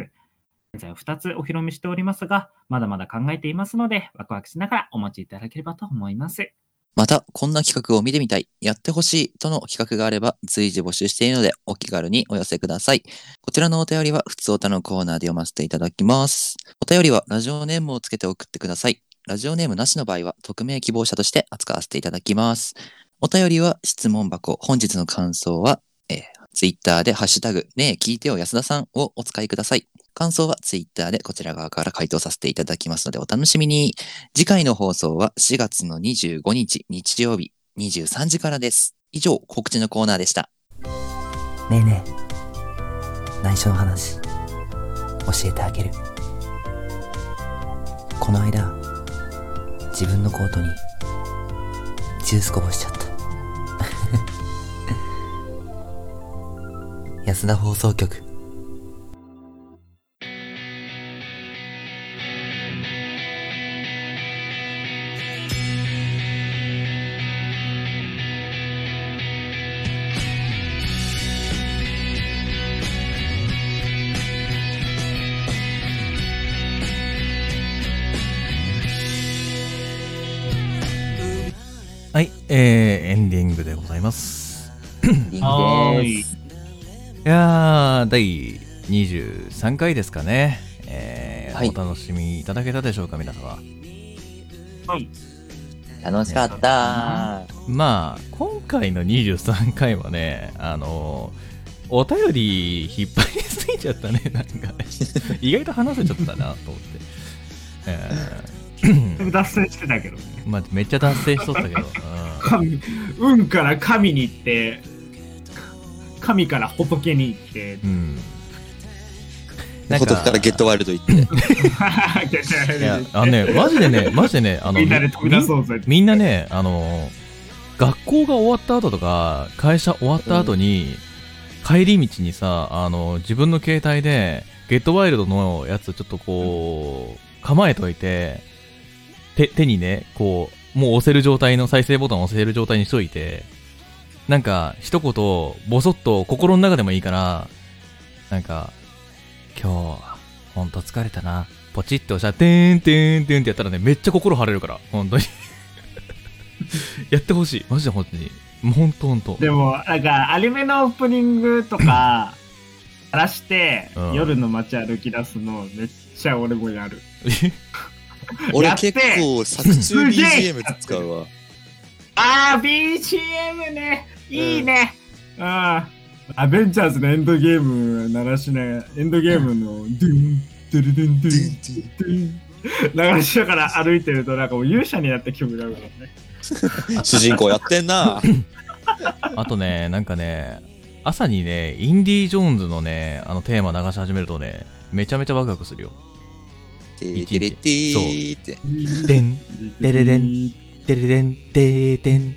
Speaker 4: 現在は2つお披露目しておりますが、まだまだ考えていますので、ワクワクしながらお待ちいただければと思います。
Speaker 2: また、こんな企画を見てみたい、やってほしいとの企画があれば、随時募集しているので、お気軽にお寄せください。こちらのお便りは、普通おたのコーナーで読ませていただきます。お便りは、ラジオネームをつけて送ってください。ラジオネームなしの場合は、匿名希望者として扱わせていただきます。お便りは、質問箱、本日の感想は、えー、ツイッターで、ハッシュタグ、ねえ聞いてよ安田さんをお使いください。感想はツイッターでこちら側から回答させていただきますのでお楽しみに。次回の放送は4月の25日日曜日23時からです。以上、告知のコーナーでした。
Speaker 5: ねえねえ内緒の話教えてあげるこの間自分のコートにジュースこぼしちゃった 安田放送局
Speaker 1: はい。えー、エンディングでございます。
Speaker 2: リン
Speaker 4: は
Speaker 2: グ
Speaker 4: ー
Speaker 2: で
Speaker 4: い
Speaker 2: す。
Speaker 1: いやー、第23回ですかね。えー
Speaker 2: はい
Speaker 1: お楽しみいただけたでしょうか、皆様。
Speaker 4: はい。
Speaker 2: 楽しかった。
Speaker 1: まあ、今回の23回はね、あのーお便り引っ張りついちゃったね、 なんかね。意外と話せちゃったな、と思って。え
Speaker 4: だいぶ脱線してたけどね。
Speaker 1: ーまあ、めっちゃ脱線しとったけど。うん
Speaker 4: 神、運から神に行って、神から仏に行って、
Speaker 1: うん。な
Speaker 2: な
Speaker 1: んん
Speaker 2: か
Speaker 1: か
Speaker 2: からゲットワイルド行って。
Speaker 4: い
Speaker 1: いや、あのね、マジでね、マジでね、あの、
Speaker 4: みんなで飛び出そうぜ。
Speaker 1: みんなね、あの、学校が終わった後とか、会社終わった後に、帰り道にさ、あの、自分の携帯で、ゲットワイルドのやつちょっとこう、構えといて、手、手にね、こう、もう押せる状態の再生ボタンを押せる状態にしといて、なんか、一言、ぼそっと心の中でもいいから、なんか、今日、ほんと疲れたな。ポチッと押したら、てんてんてんってやったらね、めっちゃ心晴れるから、本当に。 やってほしい。マジで本当に。もう本当本当。
Speaker 4: でも、なんか、アニメのオープニングとか、やらして、
Speaker 1: うん
Speaker 4: 夜の街歩き出すの、めっちゃ俺もやる。
Speaker 2: 俺
Speaker 4: やって
Speaker 2: 結構作中
Speaker 4: すげえ
Speaker 2: BGM 使うわ。
Speaker 4: あー、BGM ねいいね、あーアベンジャーズのエンドゲーム鳴らしながら、エンドゲームの、ドゥン、ドゥルドゥンドゥン、ドゥン、流しながら歩いてると、なんかもう勇者になった気分になるからね。
Speaker 2: 主人公やってんな。
Speaker 1: あとね、なんかね、朝にね、インディ・ージョーンズのね、あのテーマ流し始めるとね、めちゃめちゃワクワクするよ。
Speaker 2: てれてれてーって。
Speaker 1: でん、でれでん、でれでん、でーでん、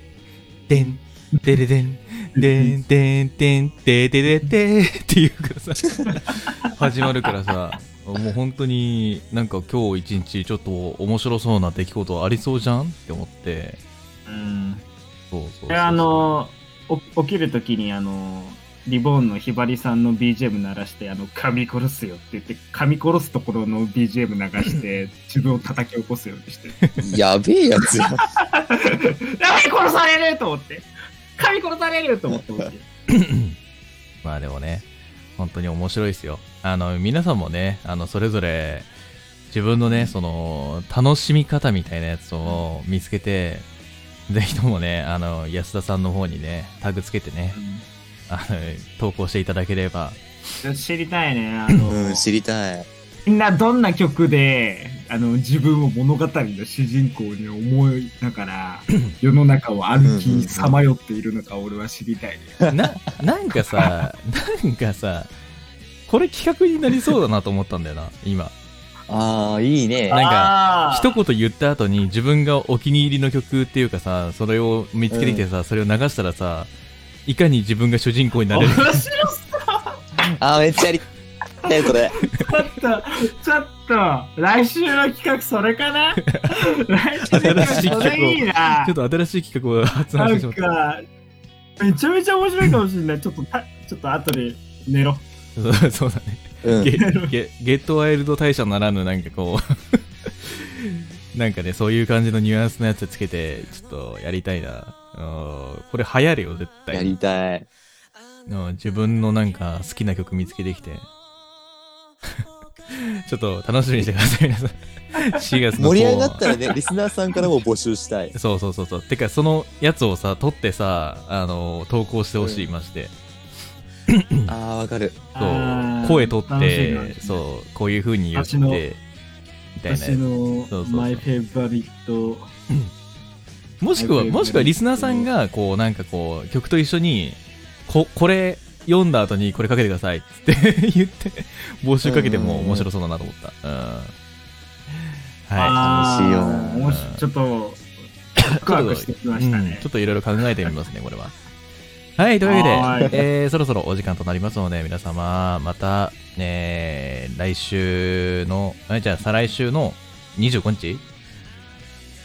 Speaker 1: でん、でれでん、でん、でん、でん、ででででーっていうからさ、始まるからさ、もう本当になんか今日一日ちょっと面白そうな出来事ありそうじゃんって思って、
Speaker 4: うん。
Speaker 1: そうそうそうそう
Speaker 4: これあの、お起きるときに、あの、リボーンのひばりさんの BGM 鳴らして、あの、噛み殺すよって言って、噛み殺すところの BGM 流 して、自分を叩き起こすようにして。
Speaker 2: やべえやつや。
Speaker 4: やばい殺されると思って噛み殺されると思って起きる
Speaker 1: まあでもね、本当に面白いですよ。あの、皆さんもね、あの、それぞれ、自分のね、その、楽しみ方みたいなやつを見つけて、ぜひともね、あの、安田さんの方にね、タグつけてね、あの、投稿していただければ。
Speaker 4: 知りたいねあの、
Speaker 2: うん、知りたい。
Speaker 4: みんなどんな曲であの自分を物語の主人公に思いな がら世の中を歩きさまよっているのか俺は知りたいね
Speaker 1: な、なんかさ、なんかさ、これ企画になりそうだなと思ったんだよな、今。
Speaker 2: ああ、いいね。
Speaker 1: なん
Speaker 4: か
Speaker 1: 一言言った後に自分がお気に入りの曲っていうかさそれを見つけてきてさ、それを流したらさいかに自分が主人公になれ
Speaker 4: 面
Speaker 1: る
Speaker 4: 白
Speaker 2: ああ、めっちゃやりたい、それ。
Speaker 4: かったちょっと来週の企画それかな来週の
Speaker 1: 新しい企
Speaker 4: 企画そ
Speaker 1: 画を
Speaker 4: れいいな
Speaker 1: ちょっと新しい企画を発
Speaker 4: な
Speaker 1: 案して
Speaker 4: ん
Speaker 1: しまっ
Speaker 4: かめちゃめちゃ面白いかもしれないちょっとたちょっと後で寝ろ
Speaker 1: たそうそうだね
Speaker 2: うん
Speaker 1: ゲ。ゲゲットワイルド大社ならぬなんかこうなんかねそういう感じのニュアンスのやつつけてちょっとやりたいなうんこれ流行るよ絶
Speaker 2: や
Speaker 1: 対
Speaker 2: りたい。
Speaker 1: うん自分のなんか好きな曲見つけてき てちょっと楽しみにしてください皆さん4月の
Speaker 2: 盛り上が
Speaker 1: こ
Speaker 2: っ
Speaker 1: う
Speaker 2: たらね、リスナーさんからも募集したい。
Speaker 1: そうそうそうそう。てか、そのやつをさ、撮ってさ、あの、投稿してほしい、まして。
Speaker 2: ああ、わかる。
Speaker 1: そう、声取っ
Speaker 4: 楽しいな
Speaker 1: て、そう、こういう風に言って、
Speaker 4: 私の
Speaker 1: みたいな
Speaker 4: 私
Speaker 1: やつ。そ
Speaker 4: の
Speaker 1: うそうそう
Speaker 4: マイフェイバリット
Speaker 1: もしくは、
Speaker 4: 私の
Speaker 1: もしくはリスナーさんが、こう、なんかこう、曲と一緒に、こ、これ、読んだ後にこれかけてくださいっつって 言って、募集かけても面白そうだなと思った。うん。は
Speaker 4: あー
Speaker 2: 楽しいよな
Speaker 4: 面白いちょっとワクワクしてきま
Speaker 1: い。う
Speaker 4: した
Speaker 1: ん
Speaker 4: ね
Speaker 1: ちょっといろいろ考えてみますね、これは。はい、というわ
Speaker 4: は
Speaker 1: け
Speaker 4: ーい
Speaker 1: で、えーそろそろお時間となりますので、皆様、また、えー来週の、えじゃあ、再来週の25日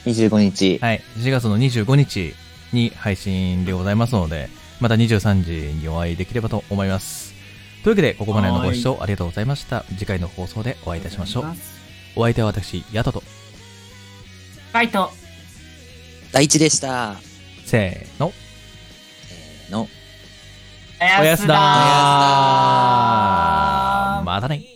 Speaker 2: 25日。
Speaker 1: はい、4月の25日に配信でございますので、また23時にお会いできればと思います。というわけで、ここまでのご視聴ありがとうございました。次回の放送でお会いいたしましょう。お相手は私、ヤトと、
Speaker 4: ファイト
Speaker 2: 第一でした。
Speaker 1: せーの、
Speaker 2: の。
Speaker 4: お
Speaker 1: おやすだ
Speaker 2: だ
Speaker 1: ーまたね